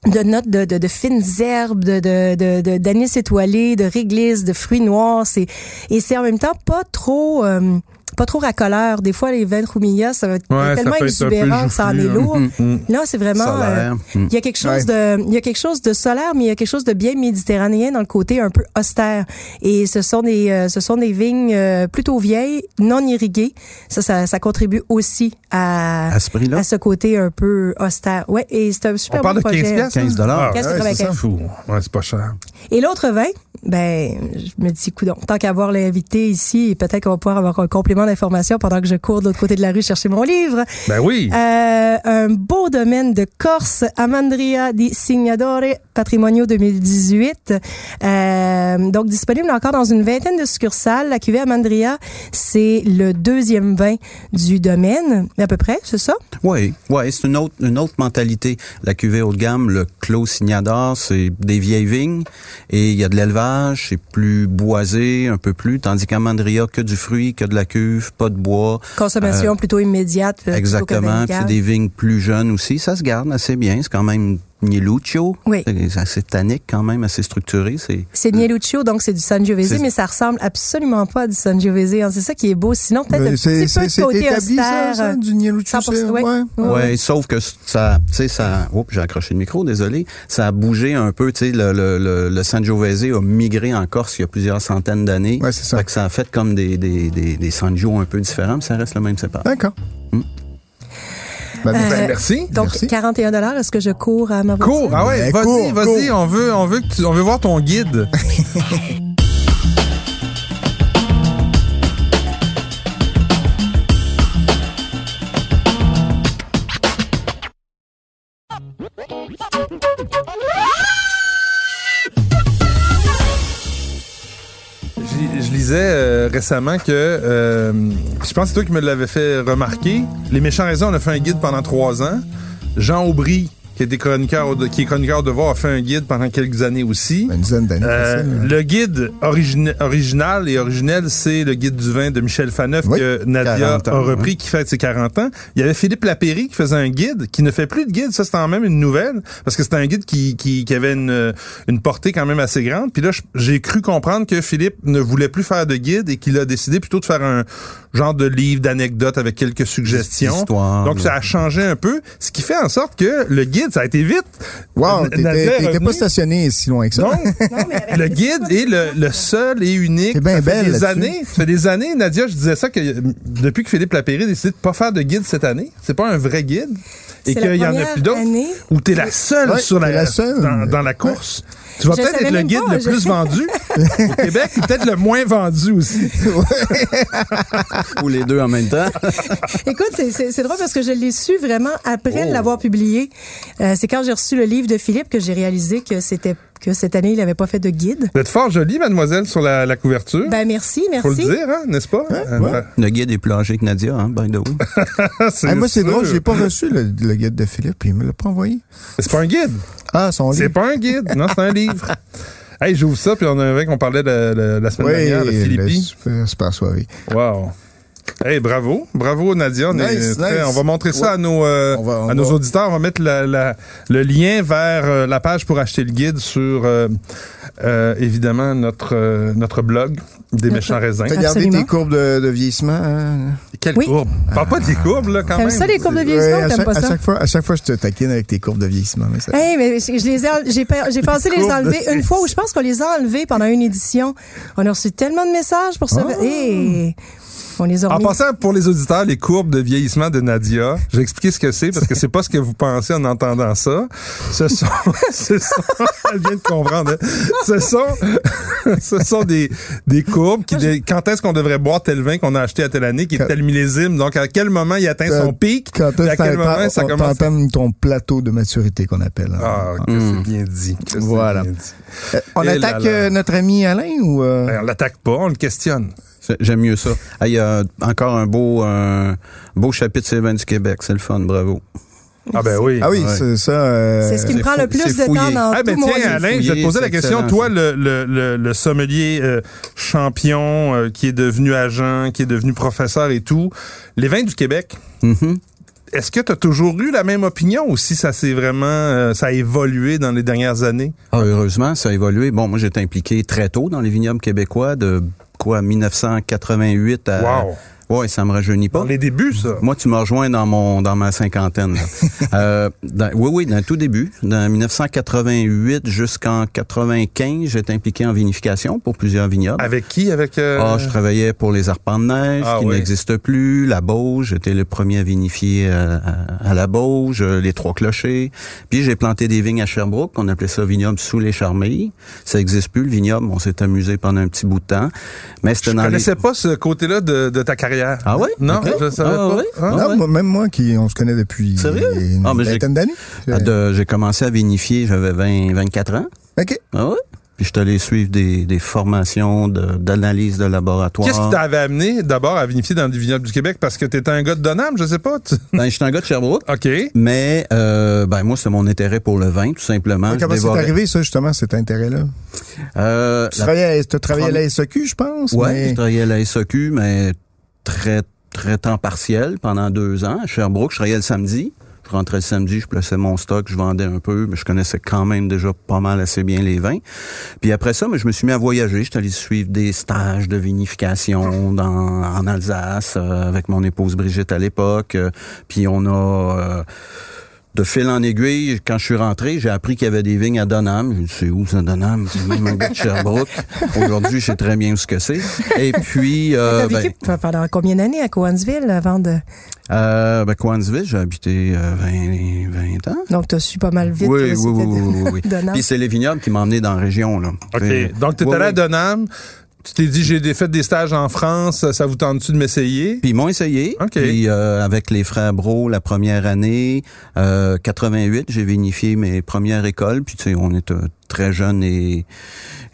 S3: de notes de, de, de fines herbes, de, de, de, de- d'anis étoilé, de réglisse, de fruits noirs. C'est, et c'est en même temps pas trop... euh, pas trop racoleur. Des fois, les vins roumillas, ça va être
S4: Ouais, ça
S3: tellement
S4: peut être un peu
S3: exubérant que ça en est
S4: joufflu, hein.
S3: lourd.
S6: Mm.
S3: Là, c'est vraiment. euh,
S6: Solaire. Mm.
S3: il y a quelque chose de, Euh, il y a quelque chose de solaire, mais il y a quelque chose de bien méditerranéen dans le côté un peu austère. Et ce sont des, euh, ce sont des vignes euh, plutôt vieilles, non irriguées. Ça, ça, ça contribue aussi à,
S6: À ce prix-là?
S3: à ce côté un peu austère. Ouais, et c'est un super bon
S4: On parle de 15
S3: projet.
S4: piastres,
S6: 15
S4: Ah,
S6: dollars.
S4: ouais, c'est
S3: 15,95.
S4: ça. Fou. Ouais, c'est pas cher.
S3: Et l'autre vin, ben, je me dis, coudon, tant qu'à avoir l'invité ici, peut-être qu'on va pouvoir avoir un complément d'information pendant que je cours de l'autre côté de la rue chercher mon livre.
S4: Ben oui.
S3: Euh, un beau domaine de Corse, Amandria di Signadore Patrimonio 2018. Euh, donc, disponible encore dans une vingtaine de succursales. La cuvée Amandria, c'est le deuxième vin du domaine, à peu près, c'est ça?
S6: Oui, ouais, c'est une autre, une autre mentalité. La cuvée haut de gamme, le Clos Signador, c'est des vieilles vignes et il y a de l'élevage, c'est plus boisé, un peu plus, tandis qu'à Mandria, que du fruit, que de la cuve, pas de bois.
S3: Consommation plutôt immédiate. plutôt que
S6: Euh, Exactement, puis
S3: verticale.
S6: c'est des vignes plus jeunes aussi, ça se garde assez bien, c'est quand même Nieluccio,
S3: Oui.
S6: c'est assez tannique quand même, assez structuré, c'est
S3: C'est Mieluccio, donc c'est du Sangiovese,
S6: C'est-
S3: mais ça ressemble absolument pas à du Sangiovese. hein. C'est ça qui est beau. Sinon, peut-être un
S2: Ben, c'est-
S3: petit peu
S2: c'est
S3: de
S2: c'est
S3: côté
S2: établi, ça,
S3: austère.
S2: ça, du Nieluccio,
S3: 100%,
S2: c'est-
S3: ouais. Ouais.
S6: Ouais, sauf que ça, tu sais, ça, oups, j'ai accroché le micro, désolé. Ça a bougé un peu, tu sais, le, le, le, le Sangiovese a migré en Corse il y a plusieurs centaines d'années.
S2: Ouais, c'est ça.
S6: Fait que ça a fait comme des, des, des, des Sangio un peu différents, mais ça reste le même séparé.
S2: D'accord. Ben, ben,
S3: Euh,
S2: merci.
S3: Donc,
S2: merci.
S3: 41 dollars, est-ce que je cours à ma voiture?
S4: Cours, ah
S2: Ben,
S4: ouais, vas-y,
S2: cours,
S4: vas-y,
S2: cours.
S4: on veut, on veut que tu- on veut voir ton guide. J'ai- Je lisais euh, récemment que, euh, puis je pense que c'est toi qui me l'avais fait remarquer, Les Méchants Raisons, on a fait un guide pendant trois ans. Jean Aubry, qui, était chroniqueur au- qui est chroniqueur de voix, a fait un guide pendant quelques années aussi.
S2: Ben, une dizaine d'années.
S4: Euh,
S2: facile.
S4: le guide origina- original et originel, c'est le guide du vin de Michel Faneuf
S2: Oui,
S4: que Nadia
S6: 40 ans,
S4: a repris, qui fête ses 40 ans. Il y avait Philippe Lapéry qui faisait un guide, qui ne fait plus de guide. Ça, c'est quand même une nouvelle, parce que c'était un guide qui, qui, qui avait une, euh, une portée quand même assez grande. Puis là, je- j'ai cru comprendre que Philippe ne voulait plus faire de guide et qu'il a décidé plutôt de faire un genre de livre d'anecdotes avec quelques suggestions.
S6: histoires,
S4: Donc,
S6: là.
S4: ça a changé un peu, ce qui fait en sorte que le guide, ça a été vite.
S2: Wow,
S4: N-
S2: t'étais
S4: Nadia est
S2: t'étais pas
S4: revenue.
S2: stationné si loin que ça.
S4: Donc, le guide est le, le seul et unique.
S2: C'est bien
S4: ça fait
S2: belle
S4: des
S2: là-dessus.
S4: années. Ça fait des années, Nadia, je disais ça que euh, depuis que Philippe Lapéry a décidé de pas faire de guide cette année, c'est pas un vrai guide.
S3: C'est
S4: Et
S3: la
S4: qu'il y en a
S3: première
S4: plus d'autres.
S3: année.
S4: Où t'es la seule
S2: Ouais,
S4: sur la,
S2: t'es la seule.
S4: Dans, dans la course. Tu vas
S3: Je
S4: peut-être
S3: savais
S4: être le
S3: même
S4: guide
S3: pas,
S4: le
S3: je-
S4: plus vendu au Québec et peut-être le moins vendu aussi.
S6: Ou les deux en même temps.
S3: Écoute, c'est- c'est c'est drôle parce que je l'ai su vraiment après
S6: Oh.
S3: l'avoir publié. Euh, c'est quand j'ai reçu le livre de Philippe que j'ai réalisé que c'était que cette année, il n'avait pas fait de guide.
S4: Vous êtes fort jolie, mademoiselle, sur la, la couverture.
S3: Ben merci,
S4: Faut le
S3: merci.
S4: dire, hein, n'est-ce pas? Euh,
S6: Le guide est plus âgé que Nadia, hein, by the way.
S4: ah, c'est
S2: Ah, moi, c'est
S4: sûr.
S2: drôle, j'ai pas reçu le, le guide de Philippe, puis il me l'a pas envoyé.
S4: C'est pas un guide.
S2: Ah, son
S4: C'est
S2: livre.
S4: pas un guide, non, c'est un livre. Hey, j'ouvre ça, puis on a un mec qu'on parlait de- de- la semaine dernière, de
S2: le
S4: Philippi.
S2: super, super soirée.
S4: Wow. Hey, bravo. Bravo, Nadia. On, est
S2: Nice,
S4: très-
S2: nice.
S4: on va montrer ça
S2: Ouais.
S4: à nos, euh,
S2: On va- on
S4: à nos
S2: va-
S4: auditeurs. On va mettre la- la- le lien vers euh, la page pour acheter le guide sur, euh, euh, évidemment, notre, euh, notre blog des
S3: Notre-
S4: méchants raisins.
S2: T'as gardé
S3: Absolument.
S2: tes courbes de, de vieillissement. hein?
S4: Quelle
S3: Oui.
S4: courbe. Parle pas des courbes, là, quand
S3: T'aimes
S4: même.
S3: ça les courbes de
S2: Ouais,
S3: vieillissement ou
S2: à,
S3: t'aimes
S2: chaque,
S3: pas
S2: à
S3: ça? Eh.
S2: chaque fois, à chaque fois, je te taquine avec tes courbes de vieillissement. Mais ça...
S3: Hey, mais je, je les ai enle- j'ai, per- j'ai pensé les enlever une fois où je pense qu'on les a enlevés pendant une édition. On a reçu tellement de messages pour ça. Hey, on les a
S4: Ah. En
S3: remis.
S4: passant, pour les auditeurs, les courbes de vieillissement de Nadia, je vais expliquer ce que c'est parce que c'est pas ce que vous pensez en entendant ça. Ce sont, ce sont elle vient de comprendre. hein. Ce sont, ce sont des, des courbes qui, dé- quand est-ce qu'on devrait boire tel vin qu'on a acheté à telle année, qui est
S2: Quand-
S4: tel millésime. Donc, à quel moment il atteint son
S2: Quand-
S4: pic?
S2: Quand
S4: puis à quel moment ça
S2: tu
S4: commence?
S2: ton plateau de maturité qu'on appelle. hein.
S4: Ah, que c'est bien dit. que c'est
S2: Voilà.
S4: bien dit.
S2: Euh, on
S4: Et Eh là,
S2: attaque
S4: là.
S2: euh, notre ami Alain ou. euh,
S4: Ben, on l'attaque pas, on le questionne.
S6: C'est- J'aime mieux ça. Ah, Il y a encore un beau, un beau chapitre sur les vins du Québec, c'est le fun, bravo.
S4: Ah ben oui.
S2: ah oui,
S6: ouais.
S2: c'est ça. euh,
S3: c'est ce qui me
S6: c'est
S3: prend
S6: fou-
S3: le plus
S6: c'est
S3: de temps
S6: fouillé.
S3: dans
S4: Ah ben
S3: tout mon
S4: tiens,
S3: livre.
S4: Alain, je vais te
S6: Fouillé,
S4: poser la
S6: c'est
S4: question.
S6: excellent,
S4: Toi, le, le, le, le sommelier euh, champion euh, qui est devenu agent, qui est devenu professeur et tout, les vins du Québec,
S6: Mhm.
S4: est-ce que tu as toujours eu la même opinion ou si ça s'est vraiment, euh, ça a évolué dans les dernières années?
S6: Ah, heureusement, ça a évolué. Bon, moi, j'étais impliqué très tôt dans les vignobles québécois de quoi 1988 à
S4: Wow.
S6: Ouais, ça me rajeunit pas.
S4: Dans les débuts, ça.
S6: Euh, Moi, tu m'as rejoint dans mon dans ma cinquantaine. là. Euh, dans- oui, oui, dans le tout début, dans 1988 jusqu'en 95, j'étais impliqué en vinification pour plusieurs vignobles.
S4: Avec qui? Avec... euh,
S6: Ah, je travaillais pour les arpents de neige
S4: Ah
S6: qui
S4: oui.
S6: n'existent plus, la Beauce, j'étais le premier à vinifier euh, à, à la Beauce, euh, les trois clochers. Puis j'ai planté des vignes à Sherbrooke, on appelait ça vignoble sous les charmilles. Ça existe plus le vignoble, on s'est amusé pendant un petit bout de temps, mais c'était
S4: je
S6: dans les
S4: connaissais pas ce côté-là de, de ta carrière.
S6: Ah oui?
S4: Non,
S6: Ok.
S4: je savais
S6: Ah
S4: pas.
S6: oui?
S4: Hein?
S6: Ah
S2: Non,
S6: ouais.
S2: moi- même moi, qui on se connaît depuis
S6: Sérieux?
S2: une
S6: Ah, mais j'ai-
S2: vingtaine d'années.
S6: Ah, de- J'ai commencé à vinifier, j'avais 20, 24 ans.
S4: Hein,
S2: OK.
S6: Ah ouais? Puis je suis allé suivre des, des formations de- d'analyse de, laboratoire.
S4: Qu'est-ce qui t'avait amené d'abord à vinifier dans le vignoble du Québec? Parce que t'étais un gars de Donham, je sais pas. tu-
S6: Ben, je suis un gars de Sherbrooke.
S4: OK.
S6: Mais euh, ben moi, c'est mon intérêt pour le vin, tout simplement.
S2: Comment
S6: Je
S2: c'est
S6: dévorais-
S2: arrivé, ça, justement, cet intérêt-là?
S6: Euh,
S2: Tu
S6: la-
S2: travaillais à, t'as travaillé à
S6: première-
S2: la SAQ, je pense?
S6: Ouais,
S2: mais-
S6: je travaillais à la SAQ, mais très, très temps partiel pendant deux ans. À Sherbrooke, je travaillais le samedi. Je rentrais le samedi, je plaçais mon stock, je vendais un peu, mais je connaissais quand même déjà pas mal assez bien les vins. Puis après ça, mais je me suis mis à voyager. J'étais allé suivre des stages de vinification dans, en Alsace euh, avec mon épouse Brigitte à l'époque. Euh, puis on a... euh, de fil en aiguille, quand je suis rentré, j'ai appris qu'il y avait des vignes à Donham. Je me suis dit, c'est où ça, Donham? C'est même un gars de Sherbrooke. Aujourd'hui, je sais très bien où ce que c'est. Et puis, euh,
S3: T'as
S6: ben,
S3: vécu pe- pendant combien d'années à Cowansville avant de.
S6: euh, ben, Cowansville, j'ai habité euh, 20, 20 ans.
S3: Donc, t'as su pas mal vite.
S6: oui,
S3: là,
S6: oui,
S3: c'était
S6: oui, oui, oui, oui.
S3: de- de Nantes.
S6: Puis c'est les vignobles qui m'ont emmené dans la région, là. C'est-
S4: OK. Donc, t'étais
S6: Oui,
S4: allé à
S6: oui.
S4: Donham. Tu t'es dit, j'ai des- fait des stages en France. Ça vous tente-tu de m'essayer?
S6: Puis ils m'ont essayé.
S4: OK.
S6: Puis euh, avec les frères Bro la première année, euh, 88, j'ai vinifié mes premières écoles. Puis tu sais, on est euh, très jeunes et,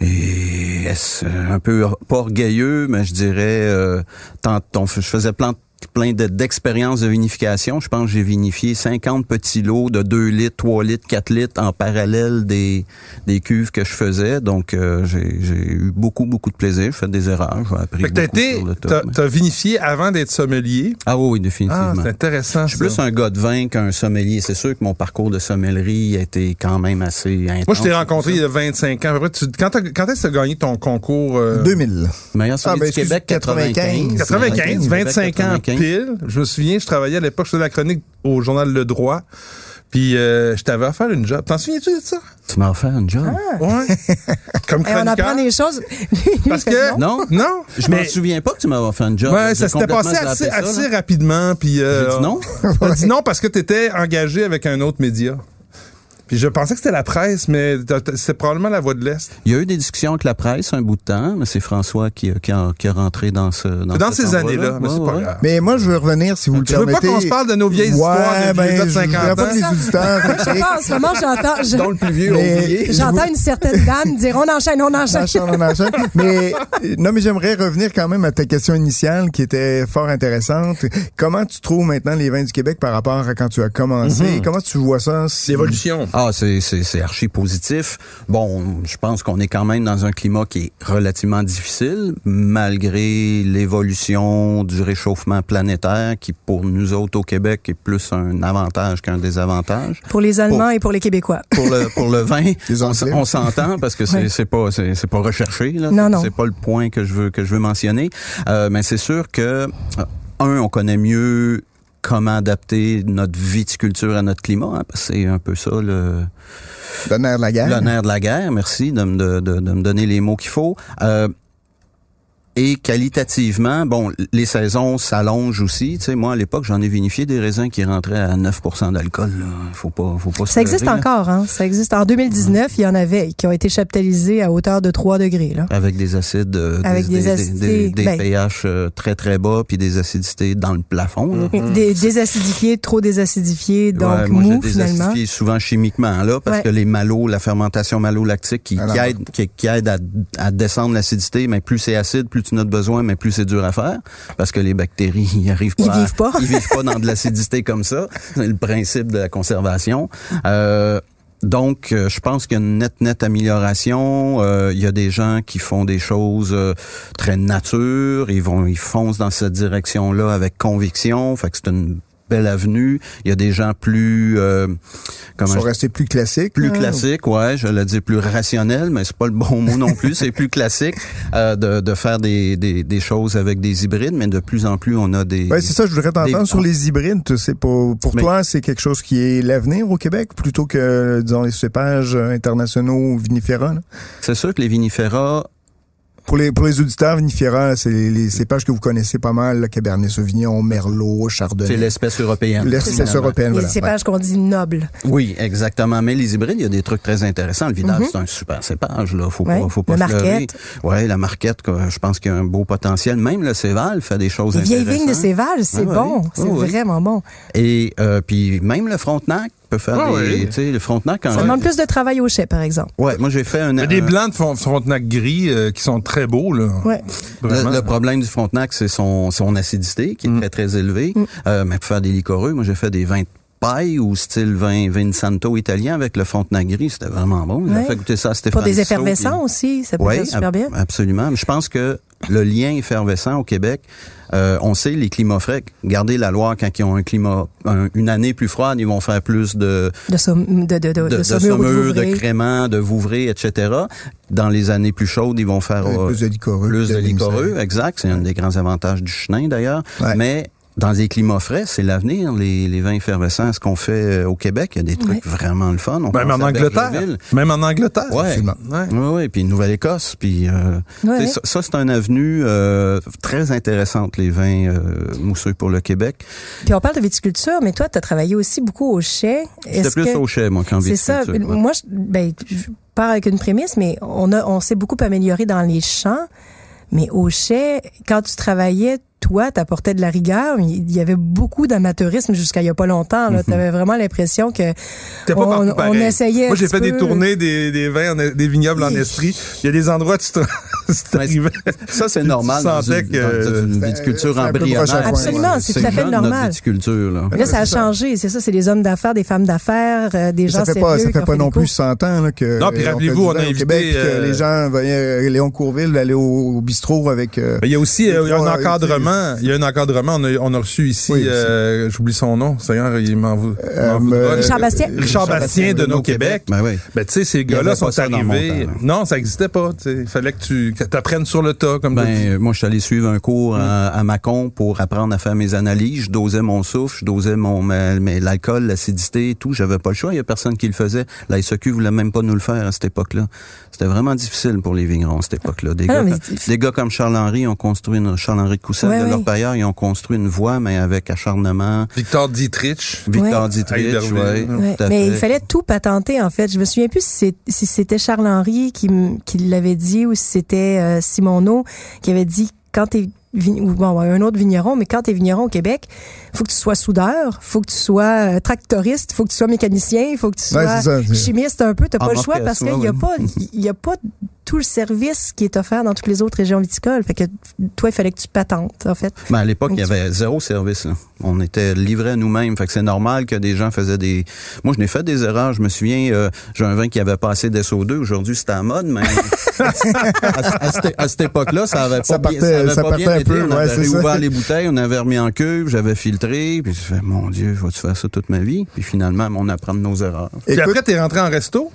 S6: et est-ce, euh, un peu or- pas orgueilleux, mais je dirais, euh, tant, on f- je faisais plein plein de- d'expériences de vinification. Je pense que j'ai vinifié 50 petits lots de 2 litres, 3 litres, 4 litres en parallèle des, des cuves que je faisais. Donc, euh, j'ai j'ai eu beaucoup, beaucoup de plaisir. J'ai fait des erreurs. J'ai appris
S4: Fait que t'as
S6: beaucoup
S4: été,
S6: sur le tas,
S4: t'as-
S6: mais-
S4: t'as vinifié avant d'être sommelier.
S6: ah oui, oui,
S4: Ah,
S6: définitivement.
S4: c'est intéressant.
S6: je suis plus
S4: ça.
S6: un gars de vin qu'un sommelier. C'est sûr que mon parcours de sommellerie a été quand même assez intense.
S4: Moi, je t'ai rencontré il y a 25 ans. À peu près, tu- quand, t'as- quand est-ce que tu as gagné ton concours? euh,
S2: 2000.
S6: Meilleur sommelier
S2: Ah, ben,
S6: du Québec,
S2: excuse,
S6: 95.
S4: 95, 25 ans
S6: 95.
S4: pile. Je me souviens, je travaillais à l'époque, je faisais la chronique au journal Le Droit. Puis euh, je t'avais offert une job. T'en souviens-tu de ça?
S6: Tu m'as offert un job.
S4: Ouais. Comme
S3: Eh, on apprend
S4: chroniqueur.
S3: des choses.
S4: Parce que...
S6: Non?
S4: Non.
S6: Je m'en
S4: mais-
S6: souviens pas que tu m'avais offert un job.
S4: Ouais,
S6: J'ai
S4: ça s'était
S6: complètement
S4: passé assez,
S6: zappé ça,
S4: assez
S6: là.
S4: rapidement. Puis, euh,
S6: J'ai dit non?
S4: on a dit non parce que t'étais engagé avec un autre média. Puis je pensais que c'était la presse, mais t'as- t'as- c'est probablement la Voix de l'Est.
S6: Il y a eu des discussions avec la presse un bout de temps, mais c'est François qui, qui, a, qui a rentré dans ce dans,
S4: Dans
S6: cet
S4: ces
S6: endroit-là.
S4: années-là, mais c'est
S6: Ouais,
S4: pas
S6: ouais.
S4: grave.
S2: Mais moi, je veux revenir, si vous le
S4: Tu veux pas
S2: permettez.
S4: qu'on se parle de nos vieilles histoires de
S2: ouais,
S4: vieux gars
S2: ben,
S4: de
S2: je voudrais
S4: 50 ans?
S2: pas que les auditeurs...
S3: Je pense, en ce moment, j'entends. je- Euh,
S6: Dont le plus vieux a
S2: Mais-
S6: oublié.
S3: J'entends une certaine dame dire on enchaîne, on
S2: Ça
S3: enchaîne.
S2: enchaîne, on enchaîne. Mais euh, non, mais j'aimerais revenir quand même à ta question initiale qui était fort intéressante. Comment tu trouves maintenant les vins du Québec par rapport à quand tu as commencé
S6: Mhm.
S2: Comment tu vois ça si-
S4: L'évolution.
S6: Ah, c'est, c'est, c'est archi positif. Bon, je pense qu'on est quand même dans un climat qui est relativement difficile, malgré l'évolution du réchauffement planétaire, qui pour nous autres au Québec est plus un avantage qu'un désavantage.
S3: Pour les Allemands et pour les Québécois.
S6: Pour le, pour le vin,
S2: Les
S6: on, s-
S2: Anglais.
S6: on s'entend parce que c'est,
S3: Ouais.
S6: c'est pas c'est, c'est pas recherché là.
S3: Non,
S6: C'est-
S3: non.
S6: C'est pas le point que je veux que je veux mentionner. Euh, mais c'est sûr que euh, un, on connaît mieux comment adapter notre viticulture à notre climat, hein, parce que c'est un peu ça le,
S2: L'honneur de la
S3: Hein?
S2: guerre.
S6: L'honneur de la guerre, merci de me, de, de- de me donner les mots qu'il faut. Euh, et qualitativement, bon, les saisons s'allongent aussi. Tu sais, moi, à l'époque, j'en ai vinifié des raisins qui rentraient à 9 d'alcool. là. Faut pas, faut pas se
S3: Ça existe
S6: leurrer, là.
S3: encore, hein? Ça existe. En 2019, il y en avait qui ont été chaptalisés à hauteur de 3 degrés, là.
S6: Avec des acides, euh,
S3: Avec des acidités,
S6: des
S3: ben-
S6: pH euh, très très bas, puis des acidités dans le plafond.
S3: Mm-hmm.
S6: là.
S3: Des désacidifiés, trop désacidifiés, donc
S6: Hmm. Ouais, moi,
S3: mous
S6: je les
S3: finalement.
S6: acidifie souvent chimiquement là parce
S3: Ouais.
S6: que les malos, la fermentation malolactique qui,
S2: Alors.
S6: qui aide, qui, qui aide à, à descendre l'acidité, mais plus c'est acide, plus tu n'as de besoin, mais plus c'est dur à faire parce que les bactéries ils arrivent pas.
S3: Ils
S6: à-
S3: vivent pas.
S6: ils vivent pas dans de l'acidité comme ça. C'est le principe de la conservation. Euh, donc, euh, je pense qu'il y a une nette, nette amélioration. Euh, il y a des gens qui font des choses euh, très nature. Ils vont, ils foncent dans cette direction-là avec conviction. Fait que c'est une belle avenue. Il y a des gens plus... euh,
S2: Ils
S6: comment
S2: sont
S6: je-
S2: restés plus classiques.
S6: plus classique, ouais, je le dis plus rationnel, mais c'est pas le bon mot non plus. c'est plus classique euh, de, de faire des, des, des choses avec des hybrides, mais de plus en plus on a des.
S2: Ouais, c'est ça, je voudrais t'entendre
S6: Des-
S2: sur les hybrides. Tu sais, pour pour
S6: Ah. Mais-
S2: toi, c'est quelque chose qui est l'avenir au Québec plutôt que, disons, les cépages euh, internationaux vinifera. là.
S6: C'est sûr que les vinifera,
S2: Pour les, pour les auditeurs, vinifera, là, c'est les, les cépages que vous connaissez pas mal, là, Cabernet Sauvignon, Merlot,
S6: c'est
S2: Chardonnay.
S6: l'espèce européenne.
S2: Ben, L'espèce
S6: finalement.
S2: européenne,
S3: Il y a
S2: voilà.
S3: des cépages qu'on dit nobles.
S6: Oui, exactement. Mais les hybrides, il y a des trucs très intéressants. Le Vidal, c'est un super cépage, là. Faut
S3: Mhm. Ouais,
S6: pas, faut pas
S3: le
S6: se leurrer.
S3: Marquette.
S6: Ouais, la marquette, quoi, je pense qu'il y a un beau potentiel. Même le Céval fait des choses
S3: Les vieilles
S6: intéressantes.
S3: vignes de Séval, c'est
S6: Ah ouais.
S3: bon.
S6: Ah
S3: C'est
S6: ouais.
S3: vraiment bon.
S6: Et euh, puis même le Frontenac peut faire
S4: Ah
S6: des,
S4: oui.
S6: tu sais, le Frontenac quand
S3: Ça demande plus de travail au chai, par exemple.
S6: Ouais, moi j'ai fait un,
S4: Il y a des
S6: un-
S4: blancs de Fron- Frontenac gris euh, qui sont très beaux, là.
S3: Ouais.
S4: Vraiment. Mm.
S6: Le, le problème du Frontenac, c'est son, son acidité qui est très, très élevée.
S3: Mm.
S6: Euh, mais pour faire des liquoreux, moi, j'ai fait des vins de paille ou style vin vin santo italien avec le Frontenac gris. C'était vraiment bon. J'ai
S3: Ouais.
S6: fait goûter ça à Stéphane
S3: Pour des
S6: Tissot,
S3: effervescents
S6: puis-
S3: aussi, ça peut
S6: Oui,
S3: être super
S6: ab-
S3: bien.
S6: absolument. Mais Je pense que le lien effervescent au Québec, euh, on sait, les climats frais, gardez la Loire quand ils ont un climat, un- une année plus froide, ils vont faire plus de,
S3: De, somm- de, de, de,
S6: de,
S3: Euh, de
S6: de
S3: saumure ou de
S6: saumure, de
S3: vouvray.
S6: créments, de vouvray, etc. Dans les années plus chaudes, ils vont faire
S2: Euh,
S6: euh,
S2: plus de liquoreux,
S6: plus
S2: de
S6: de liquoreux,
S2: limoncello.
S6: exact. C'est un des grands avantages du chenin, d'ailleurs.
S2: Ouais.
S6: Mais dans les climats frais, c'est l'avenir, les, les vins effervescents. Ce qu'on fait euh, au Québec, il y a des trucs vraiment le fun.
S2: Ben,
S6: On
S4: Même
S6: pense
S4: en
S6: à
S4: Angleterre.
S6: Bergeville.
S4: Même en Angleterre.
S6: Ouais.
S2: Absolument.
S4: Ouais.
S6: Oui, oui, puis Nouvelle-Écosse, puis euh,
S3: Ouais.
S6: tu sais, ça, ça, c'est un avenue euh, très intéressante, les vins euh, mousseux pour le Québec.
S3: Puis on parle de viticulture, mais toi, tu as travaillé aussi beaucoup au chai.
S6: C'était
S3: Est-ce
S6: plus
S3: que-
S6: au chai, moi, qu'en
S3: C'est ça.
S6: viticulture, ouais.
S3: Moi, je, ben, je pars avec une prémisse, mais on, a- on s'est beaucoup amélioré dans les champs. Mais au chai, quand tu travaillais, toi, t'apportais de la rigueur. mais Il y avait beaucoup d'amateurisme jusqu'à il y a pas longtemps. Tu avais vraiment l'impression que
S4: T'es pas
S3: on,
S4: partout
S3: on
S4: pareil.
S3: essayait.
S4: Moi,
S3: un
S4: j'ai
S3: petit
S4: fait des
S3: peu.
S4: tournées des, des vins, en- des vignobles en Estrie. Il y a des endroits où tu te- tu t'arrivais.
S6: Ça, c'est
S4: Tu
S6: normal dans
S4: sentais
S6: une,
S4: que-
S6: dans une
S2: C'est-
S6: viticulture
S2: c'est un peu proche à
S6: embryonnaire.
S2: point, Absolument,
S3: ouais. c'est tout à fait
S6: le genre de
S3: normal.
S6: Notre viticulture, là.
S3: Mais Là, ça a
S2: Ben C'est ça.
S3: changé. C'est ça, c'est des hommes d'affaires, des femmes d'affaires, euh, des gens
S2: ça fait
S3: sérieux.
S2: pas, ça
S3: qui
S2: fait
S3: ont
S2: pas
S3: des
S2: non
S3: cours.
S2: plus 100 ans là, que
S4: Non, puis
S2: euh, fait
S4: rappelez-vous,
S2: du
S4: on
S2: vin
S4: a
S2: au
S4: invité,
S2: Québec, puis que
S4: euh,
S2: les gens venaient euh, Léon Courville aller au, au bistrot avec euh,
S4: Mais Il y a aussi euh, il y a
S2: Ouais,
S4: un encadrement. Il y a un encadrement. On a, on a reçu ici,
S2: Oui,
S4: euh, j'oublie son nom. Seigneur, il m'en vou-
S2: euh,
S4: m'en voudra.
S3: Richard
S2: euh,
S3: Bastien.
S4: Richard Bastien de nos Québec.
S6: Ben oui.
S4: Ben, tu sais, ces
S6: y
S4: gars-là
S6: avait pas
S4: sont
S6: ça dans mon
S4: arrivés.
S6: temps, là.
S4: Non, ça n'existait pas. tu sais. Il fallait que tu apprennes sur le tas, comme tu dis.
S6: Ben, moi, je suis allé suivre un cours à, à Mâcon pour apprendre à faire mes analyses. Je dosais mon souffle, je dosais mon ma- mais l'alcool, l'acidité, et tout. J'avais pas le choix. Il y a personne qui le faisait. La SQ voulait même pas nous le faire à cette époque-là. C'était vraiment difficile pour les vignerons à cette époque-là. Des,
S3: Ah non,
S6: gars,
S3: mais
S6: comme-
S3: c'est-
S6: des gars comme Charles Henry ont construit une Charles Henry de Coussel
S3: Ouais,
S6: de
S3: ouais.
S6: Lorpailleur, ils ont construit une voie, mais avec acharnement.
S4: Victor Dietrich.
S6: Victor
S3: Ouais.
S6: Dietrich,
S4: Heiderville.
S6: ouais,
S3: Ouais,
S6: tout à
S3: mais
S6: fait.
S3: il fallait tout patenter en fait. Je me souviens plus si c'est- si c'était Charles Henry qui, m- qui l'avait dit ou si c'était euh, Simoneau qui avait dit quand t'es vi- ou bon un autre vigneron, mais quand t'es vigneron au Québec, faut que tu sois soudeur, faut que tu sois euh, tractoriste, faut que tu sois mécanicien, faut que tu sois
S2: Ouais, c'est ça, c'est-
S3: chimiste un peu. T'as pas le choix
S6: Embarqué à
S3: parce
S6: soi,
S3: qu'il y a
S6: oui.
S3: pas il y a pas tout le service qui est offert dans toutes les autres régions viticoles. Fait que toi il fallait que tu patentes en fait.
S6: Ben, à l'époque, il y
S3: Donc,
S6: avait zéro service. Là. On était livrés à nous-mêmes. Fait que c'est normal que des gens faisaient des... Moi, je n'ai fait des erreurs. Je me souviens, euh, j'ai un vin qui avait pas assez d'SO2. Aujourd'hui, c'était en mode, mais à, à cette- à cette époque-là, ça avait pas
S2: Ça
S6: bien,
S2: partait-
S6: avait
S2: ça
S6: pas
S2: partait
S6: bien
S2: un
S6: été.
S2: peu,
S6: On
S2: ouais,
S6: avait
S2: c'est ça.
S6: réouvert les bouteilles, on avait remis en cuve, j'avais filtré. Puis je fais, mon Dieu, vas-tu faire ça toute ma vie? Puis finalement, on apprend de nos erreurs.
S4: Puis
S2: Écoute-
S4: après, t'es rentré en resto.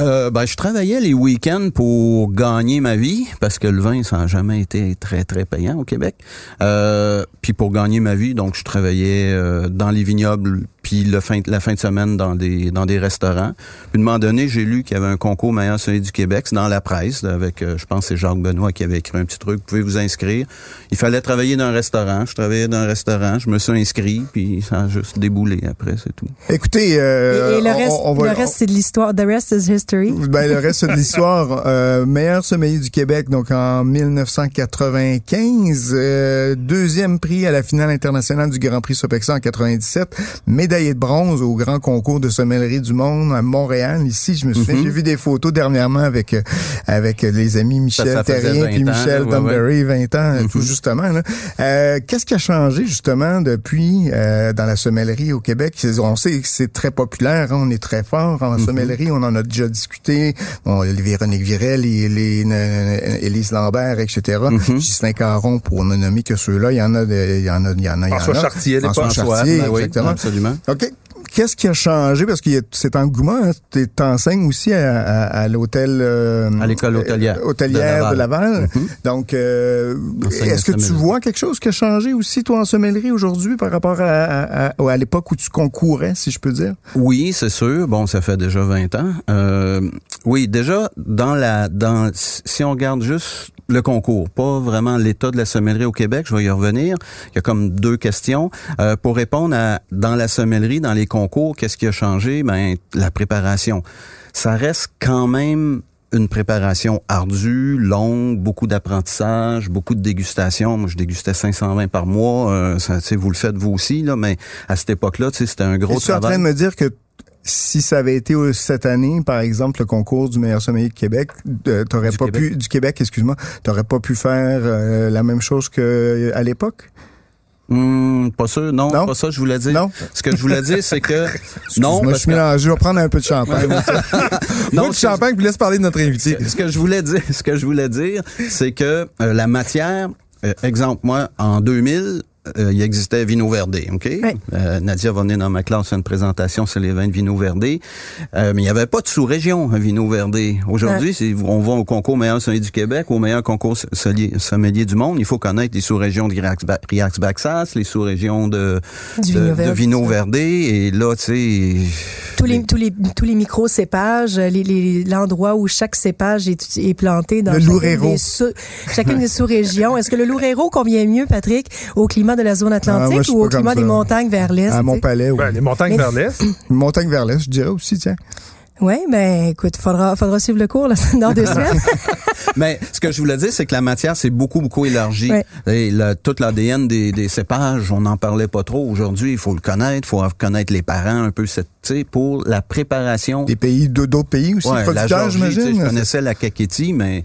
S6: Euh, ben, je travaillais les week-ends pour gagner ma vie, parce que le vin, ça n'a jamais été très, très payant au Québec. Euh, puis pour gagner ma vie, donc je travaillais euh, dans les vignobles, puis le fin, la fin de semaine dans des, dans des restaurants. Puis à un moment donné, j'ai lu qu'il y avait un concours meilleur celui du Québec, c'est dans la presse, avec, euh, je pense, que c'est Jacques Benoît qui avait écrit un petit truc, vous pouvez vous inscrire. Il fallait travailler dans un restaurant, je travaillais dans un restaurant, je me suis inscrit, puis ça a juste déboulé après, c'est tout.
S2: Écoutez, euh,
S3: et, et le
S2: on-
S3: reste
S2: on, va-
S3: le reste c'est de l'histoire. The rest is history.
S2: Ben, le reste de l'histoire, euh, meilleur sommelier du Québec, donc en 1995, euh, deuxième prix à la finale internationale du Grand Prix Sopexa en 97, médaille médaillé de bronze au grand concours de sommellerie du monde à Montréal. Ici, je me souviens,
S6: Mhm.
S2: j'ai vu des photos dernièrement avec euh, avec les amis Michel
S6: Ça, ça faisait
S2: Terrien
S6: 20
S2: puis
S6: ans,
S2: Michel
S6: ouais,
S2: Dunbury, 20 ans,
S4: Mhm.
S2: euh, tout justement. là. Euh, Qu'est-ce qui a changé justement depuis euh, dans la sommellerie au Québec C'est- On sait que c'est très populaire, hein, on est très fort en
S4: Mhm.
S2: sommellerie, on en a déjà discuté. Bon, les Véronique Virel, les, les- euh, Élise Lambert, etc.
S4: Mhm.
S2: Justin Caron, pour ne nommer que ceux-là, il y en a, de- il y en a, il y en a. il y en
S4: François
S2: a.
S4: Chartier, à l'époque.
S2: François Chartier,
S6: ben oui,
S2: exactement.
S6: absolument.
S2: OK. Qu'est-ce qui a changé? Parce qu'il y a cet engouement. hein. Tu t'enseignes aussi à, à- à l'hôtel... euh,
S6: À l'école hôtelière
S2: euh, hôtelière de
S6: de
S2: Laval.
S6: Laval. Mm-hmm.
S2: Donc, euh,
S6: Enseigne
S2: est-ce que
S6: la
S2: tu
S6: sommellerie.
S2: vois quelque chose qui a changé aussi, toi, en sommellerie aujourd'hui par rapport à, à- à- à l'époque où tu concourais, si je peux dire?
S6: Oui, c'est sûr. Bon, ça fait déjà 20 ans. Euh, oui, déjà dans la dans si on regarde juste le concours, pas vraiment l'état de la sommellerie au Québec, je vais y revenir. Il y a comme deux questions Euh, pour répondre à dans la sommellerie, dans les concours, qu'est-ce qui a changé Ben la préparation. Ça reste quand même une préparation ardue, longue, beaucoup d'apprentissage, beaucoup de dégustation. Moi, je dégustais 520 par mois. Euh, ça, tu sais, vous le faites vous aussi, là, mais à cette époque-là, tu sais, c'était un gros
S2: Es-tu en
S6: travail.
S2: train de me dire que si ça avait été euh, cette année, par exemple, le concours du meilleur sommelier de Québec, euh, t'aurais
S6: Du
S2: pas pu...
S6: Québec.
S2: Du Québec, excuse-moi. T'aurais pas pu faire euh, la même chose qu'à l'époque?
S6: Hmm, pas sûr, non,
S2: Non?
S6: pas ça que je voulais dire.
S2: Non?
S6: Ce que je voulais dire, c'est que non,
S2: Moi, je
S6: parce
S2: suis
S6: que-
S2: mélangé. Je vais prendre un peu de champagne.
S6: non,
S4: Moi, du
S6: ce que-
S4: champagne, puis laisse parler de notre invité.
S6: ce que je voulais dire, ce que je voulais dire, c'est que euh, la matière, euh, exemple, moi, en 2000, euh, il existait Vino Verde, OK? Euh, Nadia va venir dans ma classe faire une présentation sur les vins de Vino Verde. Euh, mais il n'y avait pas de sous-région, un Vino Verde. Aujourd'hui, si on va au concours meilleur sommelier du Québec, au meilleur concours sommelier, sommelier du monde, il faut connaître les sous-régions de Riax-Ba- Riax-Baxas, les sous-régions de,
S3: Du
S6: de,
S3: Vino
S6: de
S3: Verde.
S6: Vino Verde. Et là, tu sais,
S3: Tous les, tous les, tous les micro-cépages, les- les- l'endroit où chaque cépage est, est planté dans
S2: Le
S3: chacune
S2: Loureiro.
S3: des sous- chacune des sous-régions. Est-ce que le Loureiro convient mieux, Patrick, au climat de la zone
S2: Ah,
S3: atlantique
S2: moi, je suis
S3: ou
S2: pas
S3: au
S2: comme
S3: climat
S2: ça.
S3: des montagnes vers l'est?
S2: à
S3: tu
S2: mon
S3: sais?
S2: palais, oui.
S4: Ben, les montagnes
S3: Mais-
S4: vers l'est.
S2: Une montagne vers l'est, je dirais aussi, tiens.
S3: Oui, ben écoute, faudra, faudra suivre le cours là, dans deux semaines.
S6: Mais ce que je voulais dire, c'est que la matière c'est beaucoup, beaucoup élargie.
S3: Ouais.
S6: Et la- toute l'ADN des, des cépages, on n'en parlait pas trop. Aujourd'hui, il faut le connaître, il faut connaître les parents un peu, cette- tu sais, pour la préparation.
S2: Des pays, de- d'autres pays aussi,
S6: Ouais, la
S2: producteurs,
S6: Géorgie, tu sais,
S2: j'imagine.
S6: je connaissais la caquetie, mais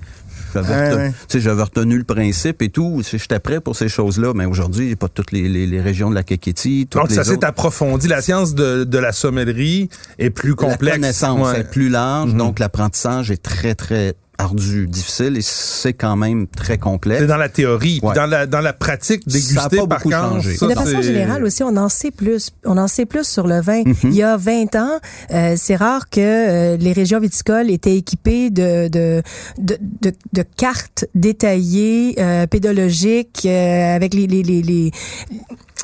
S6: j'avais
S2: Ouais,
S6: retet-
S2: ouais.
S6: tu sais, j'avais retenu le principe et tout. Tu sais, J'étais prêt pour ces choses-là, mais aujourd'hui, j'ai pas toutes les, les- les régions de la caquetie. toutes
S4: Donc,
S6: les
S4: ça s'est
S6: autres.
S4: approfondi. La science de, de la sommellerie est plus
S6: La
S4: complexe.
S6: connaissance
S4: Ouais.
S6: est plus large, donc l'apprentissage est très, très ardu, difficile, et c'est quand même très complexe.
S4: C'est dans la théorie. Puis
S6: Ouais.
S4: dans, la, dans la pratique,
S6: Ça a
S4: déguster
S6: pas
S4: par
S6: beaucoup
S4: contre,
S6: changé.
S4: ça,
S3: de façon
S4: c'est- Mhm.
S3: générale aussi, on en sait plus. On en sait plus sur le vin. Il y a 20 ans, euh, c'est rare que euh, les régions viticoles étaient équipées de, de, de, de, de cartes détaillées, euh, pédologiques, euh, avec les... les, les, les-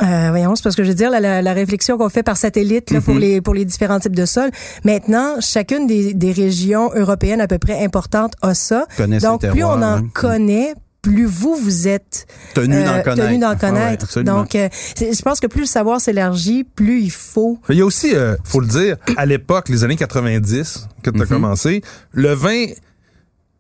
S3: euh, voyons, c'est parce que je veux dire, la, la- la réflexion qu'on fait par satellite là, pour,
S4: Mhm.
S3: les, pour les différents types de sols. Maintenant, chacune des, des régions européennes à peu près importantes a ça.
S6: Connaît ses
S3: Donc, plus
S6: terroirs,
S3: on en
S4: hein.
S6: ouais.
S3: connaît, plus vous, vous êtes
S6: Tenu
S3: euh,
S6: d'en connaître.
S3: tenu d'en
S6: Ah ouais,
S3: connaître.
S6: absolument.
S3: Donc, euh, c'est- je pense que plus le savoir s'élargit, plus il faut.
S4: Mais il y a aussi, euh, faut le dire, à l'époque, les années 90, que
S6: Mm-hmm.
S4: tu as commencé, le vin...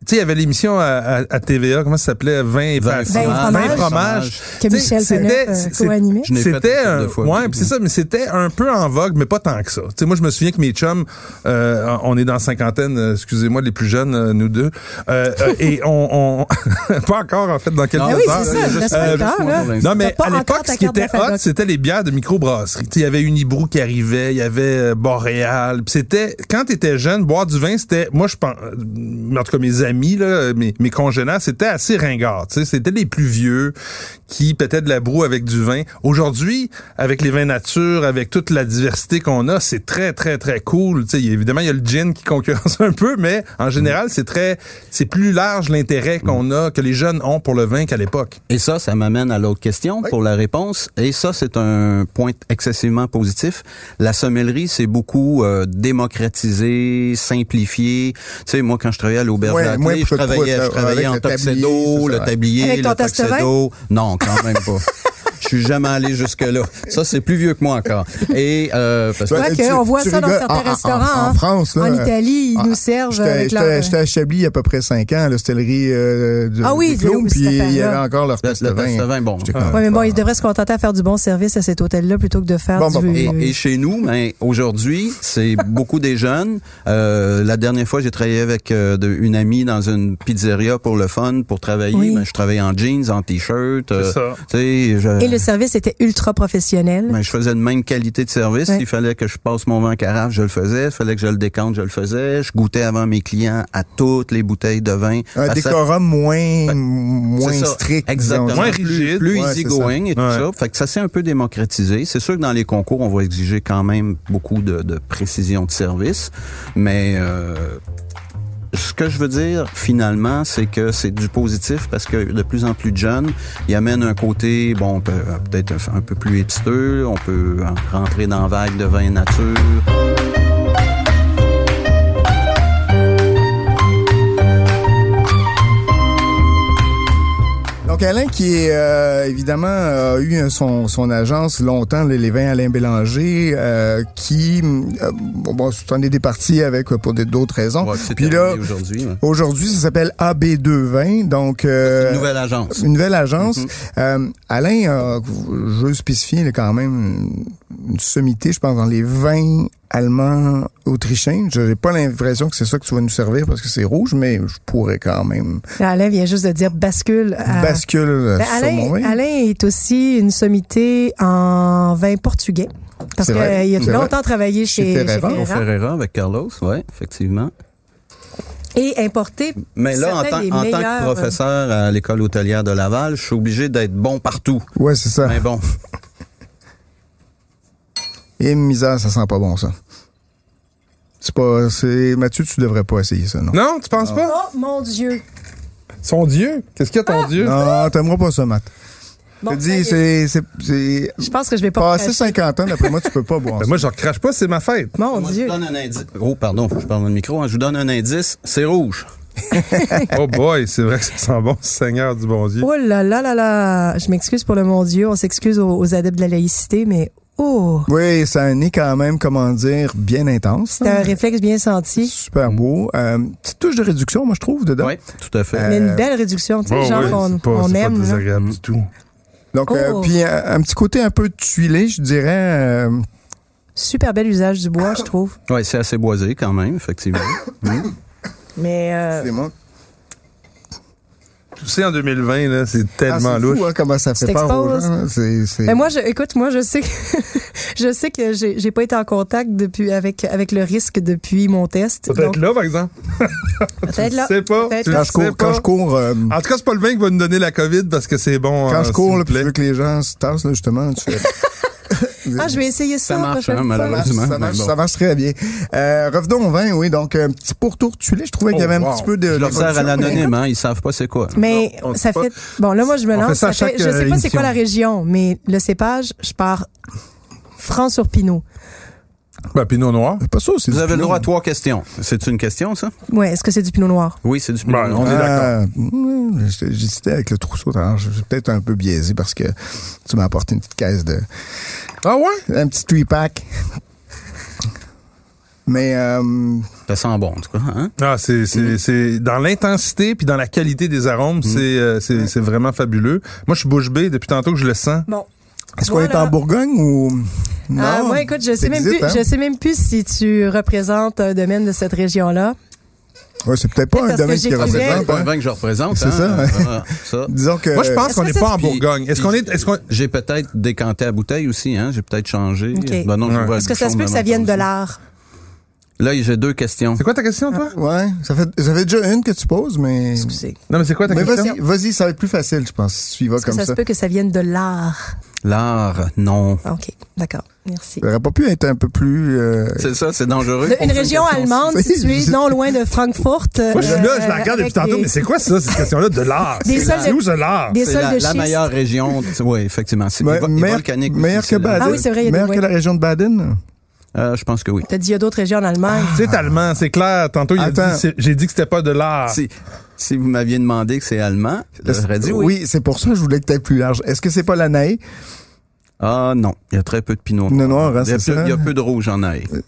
S4: Tu sais, il y avait l'émission à, à- à TVA, comment ça s'appelait? Vin et
S6: Vin et
S4: fromage.
S3: ben, fromage.
S4: Vin et fromage.
S3: Que
S4: Tu sais,
S3: Michel
S4: c'était-
S3: Paneuf, euh,
S4: c'est-
S3: co-animait.
S6: Je l'ai fait
S4: C'était
S6: une couple
S4: un-
S6: de fois.
S4: ouais, puis c'est ça, mais c'était un peu en vogue, mais pas tant que ça. Tu sais, moi, je me souviens que mes chums, euh, on est dans la cinquantaine, euh, excusez-moi, les plus jeunes, euh, nous deux, euh, euh, et on, on- pas encore en fait dans quelques
S6: Non, Euh,
S3: Ah oui,
S4: heures. euh,
S3: c'est ça,
S6: juste-
S3: le sprinter,
S6: juste moi,
S3: là.
S6: pour l'instant.
S4: Non, mais
S3: pas
S4: à
S3: encore
S4: l'époque,
S3: ta
S4: ce qui
S3: carte de
S4: était
S3: la
S4: hot,
S3: fadoc.
S4: c'était les bières de microbrasserie. Tu sais, Il y avait Unibrou qui arrivait, il y avait euh, Boréal. Puis c'était, quand tu étais jeune, boire du vin, c'était, moi, je pense, en tout cas, mes amis, là, mes, mes congénères, c'était assez ringard. tu sais. C'était les plus vieux qui pétaient de la broue avec du vin. Aujourd'hui, avec les vins nature, avec toute la diversité qu'on a, c'est très, très, très cool. Tu sais, il y a- évidemment, il y a le gin qui concurrence un peu, mais en général, c'est très, c'est plus large l'intérêt qu'on a, que les jeunes ont pour le vin qu'à l'époque.
S6: Et ça, ça m'amène à l'autre question pour la réponse. Et ça, c'est un point excessivement positif. La sommellerie, c'est beaucoup euh, démocratisé, simplifié. Tu sais, moi, quand je travaillais à l'auberge
S2: Ouais,
S6: de la
S2: moins
S6: Clé, je
S2: prout-prout,
S6: travaillais,
S2: là,
S6: je travaillais
S2: avec
S6: en
S2: le tablier,
S6: tuxedo,
S2: c'est ça,
S6: le
S2: ouais.
S6: tablier,
S3: Avec ton
S6: le
S3: tasse de vin?
S6: tuxedo. Non, quand même pas. Je Je suis jamais allé jusque-là. Ça, c'est plus vieux que moi encore. Et euh, parce
S3: Ouais,
S6: que
S3: que
S2: tu-
S3: on voit
S2: tu
S3: ça dans
S2: rigoles.
S3: certains
S2: En- en-
S3: restaurants,
S2: En,
S3: hein.
S2: France, là.
S3: En Italie, ils
S2: ah,
S3: nous servent
S2: J'étais
S3: avec leur... euh,
S2: j'étais- j'étais à Chablis il y a à peu près 5 ans, à l'hostellerie euh, de
S3: Ah oui,
S2: du Clos,
S3: c'est où,
S2: puis il
S3: cette
S2: y avait
S3: affaire-là? Ah.
S2: encore leur
S6: le,
S2: peste
S6: le Testevin, bon.
S3: Ouais, mais bon, ils devraient se contenter à faire du bon service à cet hôtel-là plutôt que de faire
S2: Bon, bon,
S3: du...
S2: bon,
S6: Et, et chez nous, ben, aujourd'hui, c'est beaucoup des jeunes. Euh, la dernière fois, j'ai travaillé avec euh, de- une amie dans une pizzeria pour le fun, pour travailler.
S3: Oui.
S6: Ben, je travaillais en jeans, en t-shirt. euh,
S4: C'est ça.
S6: tu sais, je-
S3: Et le service était ultra professionnel.
S6: ben, je faisais de même qualité de service.
S3: Ouais.
S6: Il fallait que je passe mon vin en carafe, je le faisais. Il fallait que je le décante, je le faisais. Je goûtais avant mes clients à toutes les bouteilles de vin.
S2: Un
S6: À sa-
S2: décorum moins, moins
S6: Ah, C'est ça,
S2: strict.
S6: Exactement.
S2: disons.
S4: Moins
S6: Plus-
S4: rigide.
S6: Plus,
S2: Ouais,
S6: easy
S2: c'est ça.
S6: going et tout
S4: Ouais.
S6: ça. Fait que ça s'est un peu démocratisé. C'est sûr que dans les concours, on va exiger quand même beaucoup de, de précision de service. Mais euh, ce que je veux dire, finalement, c'est que c'est du positif parce que de plus en plus de jeunes, ils amènent un côté, bon, peut- euh, peut-être un peu plus hipster. On peut euh, rentrer dans la vague de vin nature.
S2: Donc Alain qui est euh, évidemment a eu un- son, son agence longtemps les, les vins Alain Bélanger euh, qui euh, bon, bon s'en est départi avec euh, pour des- d'autres raisons.
S6: Ouais, c'est
S2: Puis
S6: terminé
S2: là
S6: aujourd'hui. ouais.
S2: aujourd'hui ça s'appelle AB2 Vins donc
S6: C'est
S2: euh,
S6: Une nouvelle Mm-hmm. agence.
S2: une nouvelle agence. Euh, Alain, euh, je veux spécifier, il est quand même une sommité, je pense, dans les vins allemands autrichiens. Je n'ai pas l'impression que c'est ça que tu vas nous servir parce que c'est rouge, mais je pourrais quand même
S3: Alain vient juste de dire bascule. à-
S2: bascule
S3: Ben,
S2: sur mon
S3: Alain,
S2: vin.
S3: Alain est aussi une sommité en vin portugais. Parce
S2: C'est vrai,
S3: qu'il a
S2: c'est
S3: longtemps travaillé chez,
S2: Chez Ferrera.
S6: Au
S3: Ferrera
S6: Ferreira avec Carlos, ouais, effectivement.
S3: et importé.
S6: Mais là, en,
S3: certains
S6: tant-
S3: des
S6: en tant que
S3: meilleurs, euh,
S6: professeur à l'école hôtelière de Laval, je suis obligé d'être bon partout.
S2: Ouais, c'est
S3: Ah.
S2: ça.
S6: Mais bon,
S2: Et misère, ça sent pas bon, ça. C'est pas, c'est, Mathieu, tu devrais pas essayer ça, non?
S4: Non, tu penses
S3: euh,
S4: pas? Ah!
S3: Oh mon Dieu!
S4: Son Dieu? Qu'est-ce qu'il y a ton Dieu?
S2: Non, t'aimeras pas ça, Matt.
S3: Bon,
S2: je te dis,
S3: ben,
S2: c'est, c'est, c'est,
S3: Je pense que je vais pas.
S2: passé 50 ans, d'après moi, tu peux pas boire
S4: Ben,
S2: ça.
S4: moi, je recrache pas, c'est ma fête.
S3: Mon
S6: moi, je
S3: Dieu!
S6: vous donne un indice. Oh, pardon, je parle dans le micro. hein. Je vous donne un indice. C'est rouge.
S4: Oh boy, c'est vrai que ça sent bon, Seigneur du bon Dieu.
S3: Oh là là là là! Je m'excuse pour le mon Dieu. On s'excuse aux, aux adeptes de la laïcité, mais oh!
S2: Oui, ça a un nez quand même, comment dire, bien intense. hein.
S3: C'était un réflexe bien senti.
S2: Super beau. Euh, petite touche de réduction, moi, je trouve, dedans.
S6: Oui, tout à fait.
S2: Euh,
S3: Mais une belle réduction. Tu sais,
S4: Oh,
S3: genre,
S4: oui,
S3: on,
S4: c'est pas,
S3: on
S4: c'est
S3: aime.
S4: pas
S3: là.
S4: désagréable du tout.
S2: Donc, euh,
S3: Oh.
S2: puis un, un petit côté un peu tuilé, je dirais. euh,
S3: Super bel usage du bois, je trouve.
S6: Ouais, c'est assez boisé quand même, effectivement.
S3: Mais. euh,
S2: c'est moi.
S4: Tu sais, en 2020, là, c'est
S2: Ah,
S4: tellement
S2: c'est
S4: louche.
S2: fou, hein, comment ça fait
S3: Tu
S2: peur aux
S3: t'exposes.
S2: gens. hein. C'est, c'est...
S3: Ben moi, je, écoute, moi, je sais que je sais que j'ai j'ai pas été en contact depuis avec avec le risque depuis mon test.
S4: Peut-être
S3: Donc,
S4: là, par exemple.
S3: peut-être
S4: Tu sais pas.
S3: peut-être
S4: Tu
S2: quand
S4: le
S2: je
S4: sais
S2: cours, quand
S4: pas.
S2: je cours, euh,
S4: En tout cas, c'est pas le vin qui va nous donner la COVID parce que c'est bon.
S2: quand
S4: hein,
S2: je
S4: s'il
S2: cours,
S4: vous
S2: là, puis je
S4: plaît.
S2: veux que les gens se tassent, là, justement, tu fais-
S3: Ah, je vais essayer ça.
S6: Ça marche,
S3: prochaine
S6: hein,
S2: Ça
S3: fois.
S2: marche,
S6: malheureusement.
S2: ça,
S4: ben,
S6: mais
S2: marche,
S6: bon.
S2: ça marche très bien. Euh, revenons au vin, oui. Donc, un petit pourtour tuilé. Je trouvais qu'il y avait
S4: Oh,
S2: un
S4: wow.
S2: petit peu de.
S6: Je leur sers à l'anonyme, hein, ils savent pas c'est quoi.
S3: Mais
S4: Non, on dit
S3: ça
S4: pas.
S3: fait bon là moi je me
S4: On fait
S3: lance.
S4: ça à
S3: ça fait-
S4: chaque,
S3: je sais
S4: euh,
S3: pas c'est quoi
S4: émission.
S3: la région, mais le cépage, je pars franc sur Pinot.
S4: Ben, Pinot Noir.
S2: Pas ça, c'est
S6: Vous
S2: du
S6: avez le
S2: Pinot.
S6: droit à trois questions. C'est une question, ça?
S3: Ouais, est-ce que c'est du Pinot noir
S6: Oui, c'est du
S4: Ben,
S6: Pinot Noir.
S4: on est d'accord.
S2: Ah, hmm, j'étais- J'hésitais avec le trousseau. tout à l'heure. Je suis peut-être un peu biaisé parce que tu m'as apporté une petite caisse de.
S4: Ah ouais?
S2: Un petit three pack. Mais euh,
S6: Ça sent bon, en tout cas. Hein?
S4: Ah, c'est, c'est, c'est dans l'intensité puis dans la qualité des arômes, c'est, euh, c'est, c'est vraiment fabuleux. Moi, je suis bouche bée depuis tantôt que je le sens.
S3: Bon.
S2: est-ce qu'on est
S3: Voilà.
S2: en Bourgogne ou non
S3: Ah, moi, écoute, je sais même
S2: t'excites,
S3: plus,
S2: hein?
S3: je sais même plus si tu représentes un domaine de cette région-là.
S2: Ouais, c'est peut-être pas
S3: Parce
S2: un
S3: que
S2: domaine qui
S3: j'écrivais-
S6: C'est
S2: représente.
S6: pas un
S2: hein.
S6: vin que je représente.
S2: C'est
S6: hein,
S2: ça.
S6: euh, ça.
S2: Disons Euh, que
S4: Moi, je pense
S3: est-ce
S4: qu'on
S3: que
S4: n'est
S3: ça-
S4: pas en
S6: Puis-
S4: Bourgogne. Est-ce qu'on est, est-ce qu'on,
S6: J'ai peut-être décanté à bouteille aussi, hein? J'ai peut-être changé.
S3: Ok.
S6: Ben non, je
S4: Ouais.
S6: vois
S3: Est-ce que
S6: le
S3: ça se
S6: bouchon
S3: peut que ça
S6: ma
S3: vienne de
S6: femme.
S3: l'art?
S6: Là, j'ai deux questions.
S4: c'est quoi ta question, toi?
S2: Ouais, ça fait, ça fait déjà une que tu poses, mais.
S3: Excusez.
S4: Non, mais c'est quoi ta
S2: Mais
S4: question?
S2: vas-y, vas-y, ça va être plus facile, je pense, si tu y vas
S3: Est-ce que
S2: comme
S3: ça,
S2: ça.
S3: se peut que ça vienne de l'art?
S6: L'art, non.
S3: Ah, OK, d'accord. Merci.
S4: Euh,
S2: Ça aurait pas pu être un peu plus. euh,
S6: C'est ça, c'est dangereux.
S3: De- une région allemande
S2: c'est-
S3: située non loin de Frankfurt.
S4: Moi, je suis là, je la regarde depuis tantôt, mais
S3: des,
S4: c'est quoi ça, cette question-là de l'art?
S3: Des
S4: C'est
S3: sols de-
S4: où de l'art?
S3: des
S6: C'est
S3: sols
S6: la,
S3: de
S6: la
S3: schiste.
S6: meilleure région. Oui, effectivement. C'est
S2: me-
S6: des vo- des
S2: meilleur
S6: volcaniques
S2: meilleur
S6: aussi,
S2: que
S6: c'est là.
S2: Baden.
S3: Ah oui, c'est vrai, il y a des
S2: meilleur
S3: ouais.
S2: que la région de Baden.
S6: Euh, je pense que oui.
S3: T'as dit, il y a d'autres régions en Allemagne.
S4: C'est allemand, c'est clair. Tantôt, il a
S2: Attends.
S4: dit- c'est- j'ai dit que c'était pas de l'art.
S6: Si, si vous m'aviez demandé que c'est allemand, j'aurais dit oui.
S2: c'est pour ça que je voulais que tu plus large. Est-ce que c'est pas la naïe?
S6: Ah non, il y a très peu de pinot
S2: Le noir, hein,
S6: il, y a
S2: c'est
S6: peu,
S2: ça?
S6: il y a peu de rouge en ail.
S2: Euh,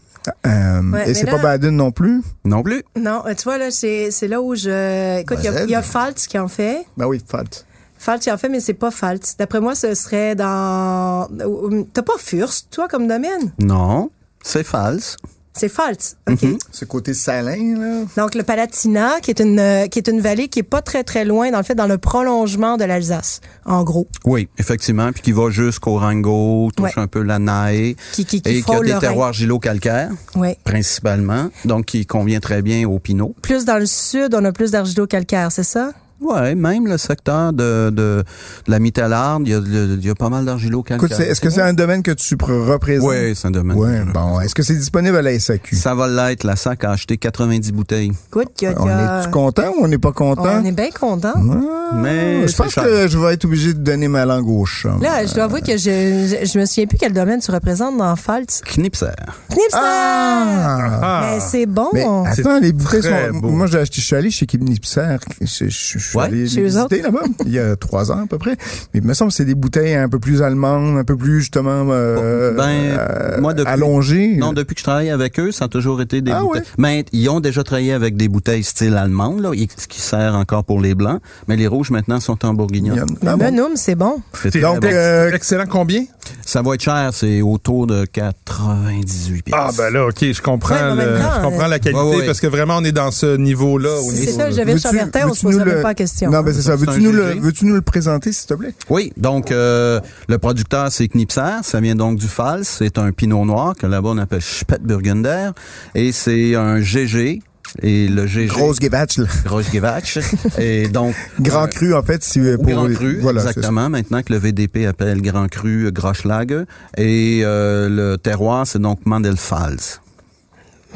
S3: Ouais,
S2: et
S3: mais
S2: c'est
S3: là-
S2: pas Baden non plus?
S6: Non plus.
S3: Non, euh, tu vois, là, c'est c'est là où je. Écoute, il y a-
S2: Basel.
S3: il y, a Faltz qui en fait.
S2: Ben oui, Falt.
S3: Faltz qui en fait, mais c'est pas Faltz. D'après moi, ce serait dans. ou- ou- T'as pas Furst, toi, comme domaine?
S6: Non, c'est false.
S3: C'est Faltz. OK.
S6: Mhm.
S2: Ce côté salin, là.
S3: Donc, le Palatinat, qui est, une, euh, qui est une vallée qui est pas très, très loin, dans le fait, dans le prolongement de l'Alsace, en gros.
S6: Oui, effectivement, puis qui va jusqu'au Rango, touche
S3: Ouais.
S6: un peu la naille,
S3: Qui, qui, qui
S6: et qui a
S3: frôle
S6: des
S3: le Rhin.
S6: terroirs gilo-calcaires,
S3: Ouais.
S6: principalement, donc qui convient très bien au pinot.
S3: Plus dans le sud, on a plus d'argilo-calcaire, c'est ça?
S6: Ouais, même le secteur de, de, de la Mitalarde, il y a, le- il y a pas mal
S2: Écoute,
S6: d'argilo-calcaires.
S2: c'est- est-ce que c'est un domaine que tu pr- représentes?
S6: Oui, c'est un domaine.
S2: Ouais, bon. Est-ce que c'est disponible à la SAQ?
S6: Ça va l'être, la SAC a acheté 90 bouteilles.
S3: Écoute, il y a- il
S2: On
S3: y a-
S2: est-tu content ou on n'est pas content?
S3: on est bien content.
S2: Ah,
S6: Mais
S2: je pense
S6: c'est cher.
S2: que je vais être obligé de donner ma langue au chat.
S3: Là, je dois avouer que je, je, je me souviens plus quel domaine tu représentes dans Faltz.
S6: Knipser.
S3: Knipser!
S2: Ah!
S4: Ah.
S3: Mais c'est bon.
S2: Mais attends, les bouteilles
S4: très
S2: sont.
S4: beau.
S2: Moi, j'ai acheté, je suis allé chez Kibnipser. Je, je- je suis
S6: Ouais,
S2: allé
S3: chez
S2: les
S3: eux
S2: visiter là-bas, il y a trois ans à peu près. Mais il me semble que c'est des bouteilles un peu plus allemandes, un peu plus justement euh,
S6: Ben,
S2: euh,
S6: moi, depuis-
S2: allongées.
S6: Non, depuis que je travaille avec eux, ça a toujours été des
S2: Ah
S6: bouteilles. Mais ils ont déjà travaillé avec des bouteilles style allemande, là, ce qui sert encore pour les blancs. Mais les rouges maintenant sont
S2: Il
S6: en
S2: y en
S6: bourguignon.
S2: a-
S3: Le
S2: Ah bon.
S3: Menum, c'est bon.
S6: C'est très
S2: Donc,
S6: bon.
S2: euh,
S4: Excellent. Combien?
S6: ça va être cher, c'est autour de 98 pièces.
S4: Ah, ben là, OK, je comprends,
S3: Ouais, mais en
S4: le-
S3: même temps,
S4: je comprends la qualité
S6: Ouais, ouais.
S4: parce que vraiment, on est dans ce niveau-là. au
S3: C'est
S4: niveau-
S3: ça, j'avais le
S2: Veux-tu-
S3: Chambertin, on
S2: veux-tu
S3: se poserait
S2: nous
S3: même
S2: le-
S3: pas la question.
S2: Non, ben c'est ça.
S6: C'est un
S2: Veux-tu nous, le...
S6: GG.
S2: veux-tu nous le présenter, s'il te plaît?
S6: Oui, donc euh, le producteur c'est Knipser, ça vient donc du Fals, c'est un pinot noir que là-bas on appelle Spätburgunder et c'est un GG et le GG
S2: Grosse guébatch, là.
S6: Grosse Gewatch et donc
S2: Grand cru, en fait. Si, pour
S6: Grand Cru,
S2: voilà, c'est ça.
S6: exactement, maintenant que le VDP appelle Grand Cru euh, Groschlager. Et euh, le terroir, c'est donc Mandelfals.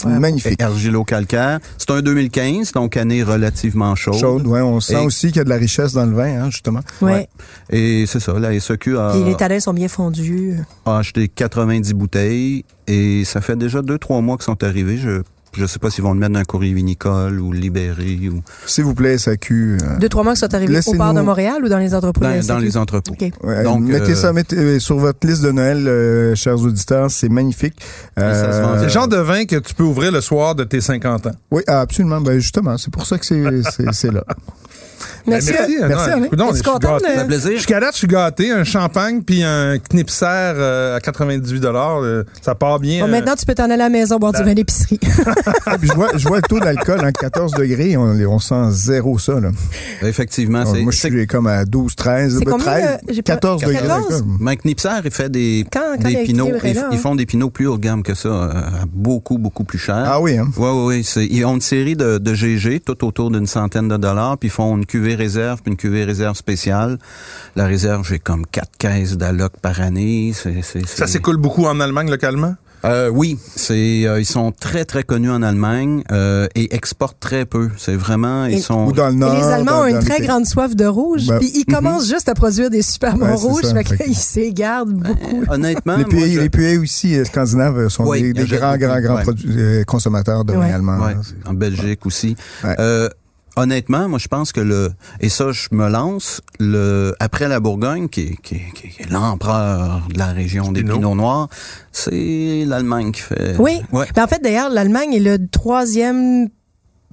S2: Magnifique.
S6: Argilo-calcaire. C'est un 2015, donc année relativement chaude.
S2: Chaude, ouais, on sent
S6: Et-
S2: aussi qu'il y a de la richesse dans le vin, hein, justement.
S3: Ouais.
S6: Et c'est ça, la SEQ a,
S2: Ah.
S3: Puis les talents sont bien fondus.
S6: a acheté 90 bouteilles et ça fait déjà 2-3 mois qu'ils sont arrivés. Je je sais pas s'ils vont le mettre dans un courrier vinicole ou libéré ou
S2: S'il vous plaît, SAQ. euh,
S3: Deux, trois mois qui sont arrivés au
S2: Laissez-nous-
S3: port de Montréal ou dans les entreprises?
S6: dans, dans les entrepôts.
S3: OK.
S2: Ouais,
S6: Donc,
S2: mettez
S6: euh,
S2: ça mettez, euh, sur votre liste de Noël, euh, chers auditeurs, c'est magnifique. Euh,
S6: ça se vend.
S4: C'est le genre de vin que tu peux ouvrir le soir de tes 50 ans.
S2: Oui, ah, absolument. Ben, justement, c'est pour ça que c'est- c'est c'est là.
S3: Merci.
S4: Ben, merci,
S2: Merci,
S4: Alain.
S2: Alain.
S4: Écoute, non,
S3: Es-tu
S4: je suis
S3: contente,
S4: gâté.
S3: le-
S6: Ça fait plaisir.
S4: Jusqu'à date, je suis gâté. Un champagne puis un knipser euh, à 98 euh, Ça part bien.
S3: Bon,
S4: euh,
S3: maintenant, tu peux t'en aller à la maison boire
S2: ben,
S3: du vin d'épicerie.
S2: Ah, puis je, vois, je vois le taux d'alcool en 14 degrés, on, on sent zéro ça. Là.
S6: Effectivement,
S2: Alors,
S6: Ah, c'est
S2: Ah, moi, je suis comme à 12, 13,
S3: C'est
S2: ben,
S3: combien,
S2: 13,
S3: euh, j'ai pas-
S2: 14 degrés
S3: 14?
S2: d'alcool.
S6: Mike Knipser, il fait des,
S3: Quand- quand il y a
S6: des
S3: écrit,
S6: pinots.
S3: ouais,
S6: ils,
S3: là,
S6: ils
S3: hein.
S6: font des pinots plus haut de gamme que ça, euh, beaucoup, beaucoup plus cher.
S2: Ah oui, hein?
S6: Oui, oui, oui. c'est- Ils ont une série de, de GG, tout autour d'une centaine de dollars, puis ils font une cuvée réserve, puis une cuvée réserve spéciale. La réserve, j'ai comme quatre caisses d'alloc par année. C'est, c'est,
S4: Ça
S6: c'est-
S4: s'écoule beaucoup en Allemagne localement.
S3: Ah,
S6: Euh, oui, c'est, euh, ils sont très, très connus en Allemagne euh, et exportent très peu. C'est vraiment,
S3: Et-
S6: ils sont...
S2: Ou dans le
S3: Et
S2: nord.
S3: les Allemands
S2: dans-
S3: ont une
S2: dans
S3: très
S2: les-
S3: grande soif de rouge.
S2: Ben,
S3: Puis ils commencent juste à produire des super bons
S2: Ouais, c'est
S3: rouges.
S2: ça,
S3: fait
S2: fait
S3: qu'ils s'égardent beaucoup.
S6: Honnêtement,
S2: Les
S6: moi,
S2: pays,
S6: je-
S2: les pays aussi euh, scandinaves euh, sont
S6: Oui,
S2: des, des
S6: je-
S2: grands, grands, grands
S6: ouais.
S2: produ- euh, consommateurs de
S3: Ouais.
S2: vin allemand.
S6: Ouais,
S2: hein.
S6: en Belgique aussi.
S2: Ouais.
S6: Euh, honnêtement, moi, je pense que le et ça, je me lance le après la Bourgogne, qui est, qui est- qui est l'empereur de la région des
S4: Pinot.
S6: pinots noirs, c'est l'Allemagne qui fait.
S3: Oui.
S6: Ouais.
S3: Ben, en fait, d'ailleurs, l'Allemagne est le troisième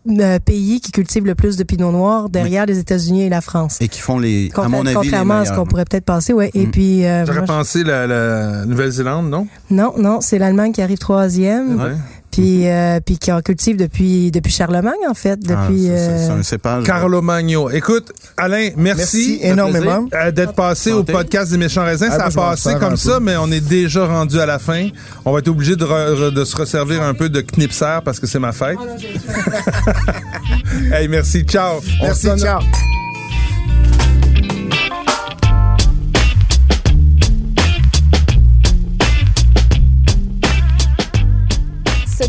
S3: euh, pays qui cultive le plus de pinot noir derrière les États-Unis et la France.
S6: Et qui font les, à
S3: Contra-
S6: mon avis,
S3: contrairement
S6: les
S3: à ce qu'on
S6: meilleurs. Hmm.
S3: pourrait peut-être penser, ouais. Et puis euh,
S4: J'aurais
S3: moi,
S4: pensé la, la Nouvelle-Zélande, non?
S3: je- non, non, c'est l'Allemagne qui arrive troisième,
S4: Ouais.
S3: puis euh, puis qui en cultive depuis depuis Charlemagne en fait,
S6: Ah,
S3: depuis.
S6: c'est- c'est-
S3: euh,
S6: c'est un cépage.
S4: Mm-hmm. Carlo Magno. Écoute, Alain,
S2: Merci
S4: merci.
S2: énormément.
S4: euh, d'être passé au
S6: Santé.
S4: podcast des méchants raisins.
S2: Ah,
S4: ça
S2: moi,
S4: a
S2: je vais en
S4: passé
S2: faire
S4: comme
S2: un
S4: ça,
S2: peu.
S4: mais on est déjà rendu à la fin. On va être obligé de, re- re- de se resservir un peu de knipser parce que c'est ma fête. hey, merci. Ciao. On
S2: Merci,
S4: se donne-
S2: ciao.
S1: Ce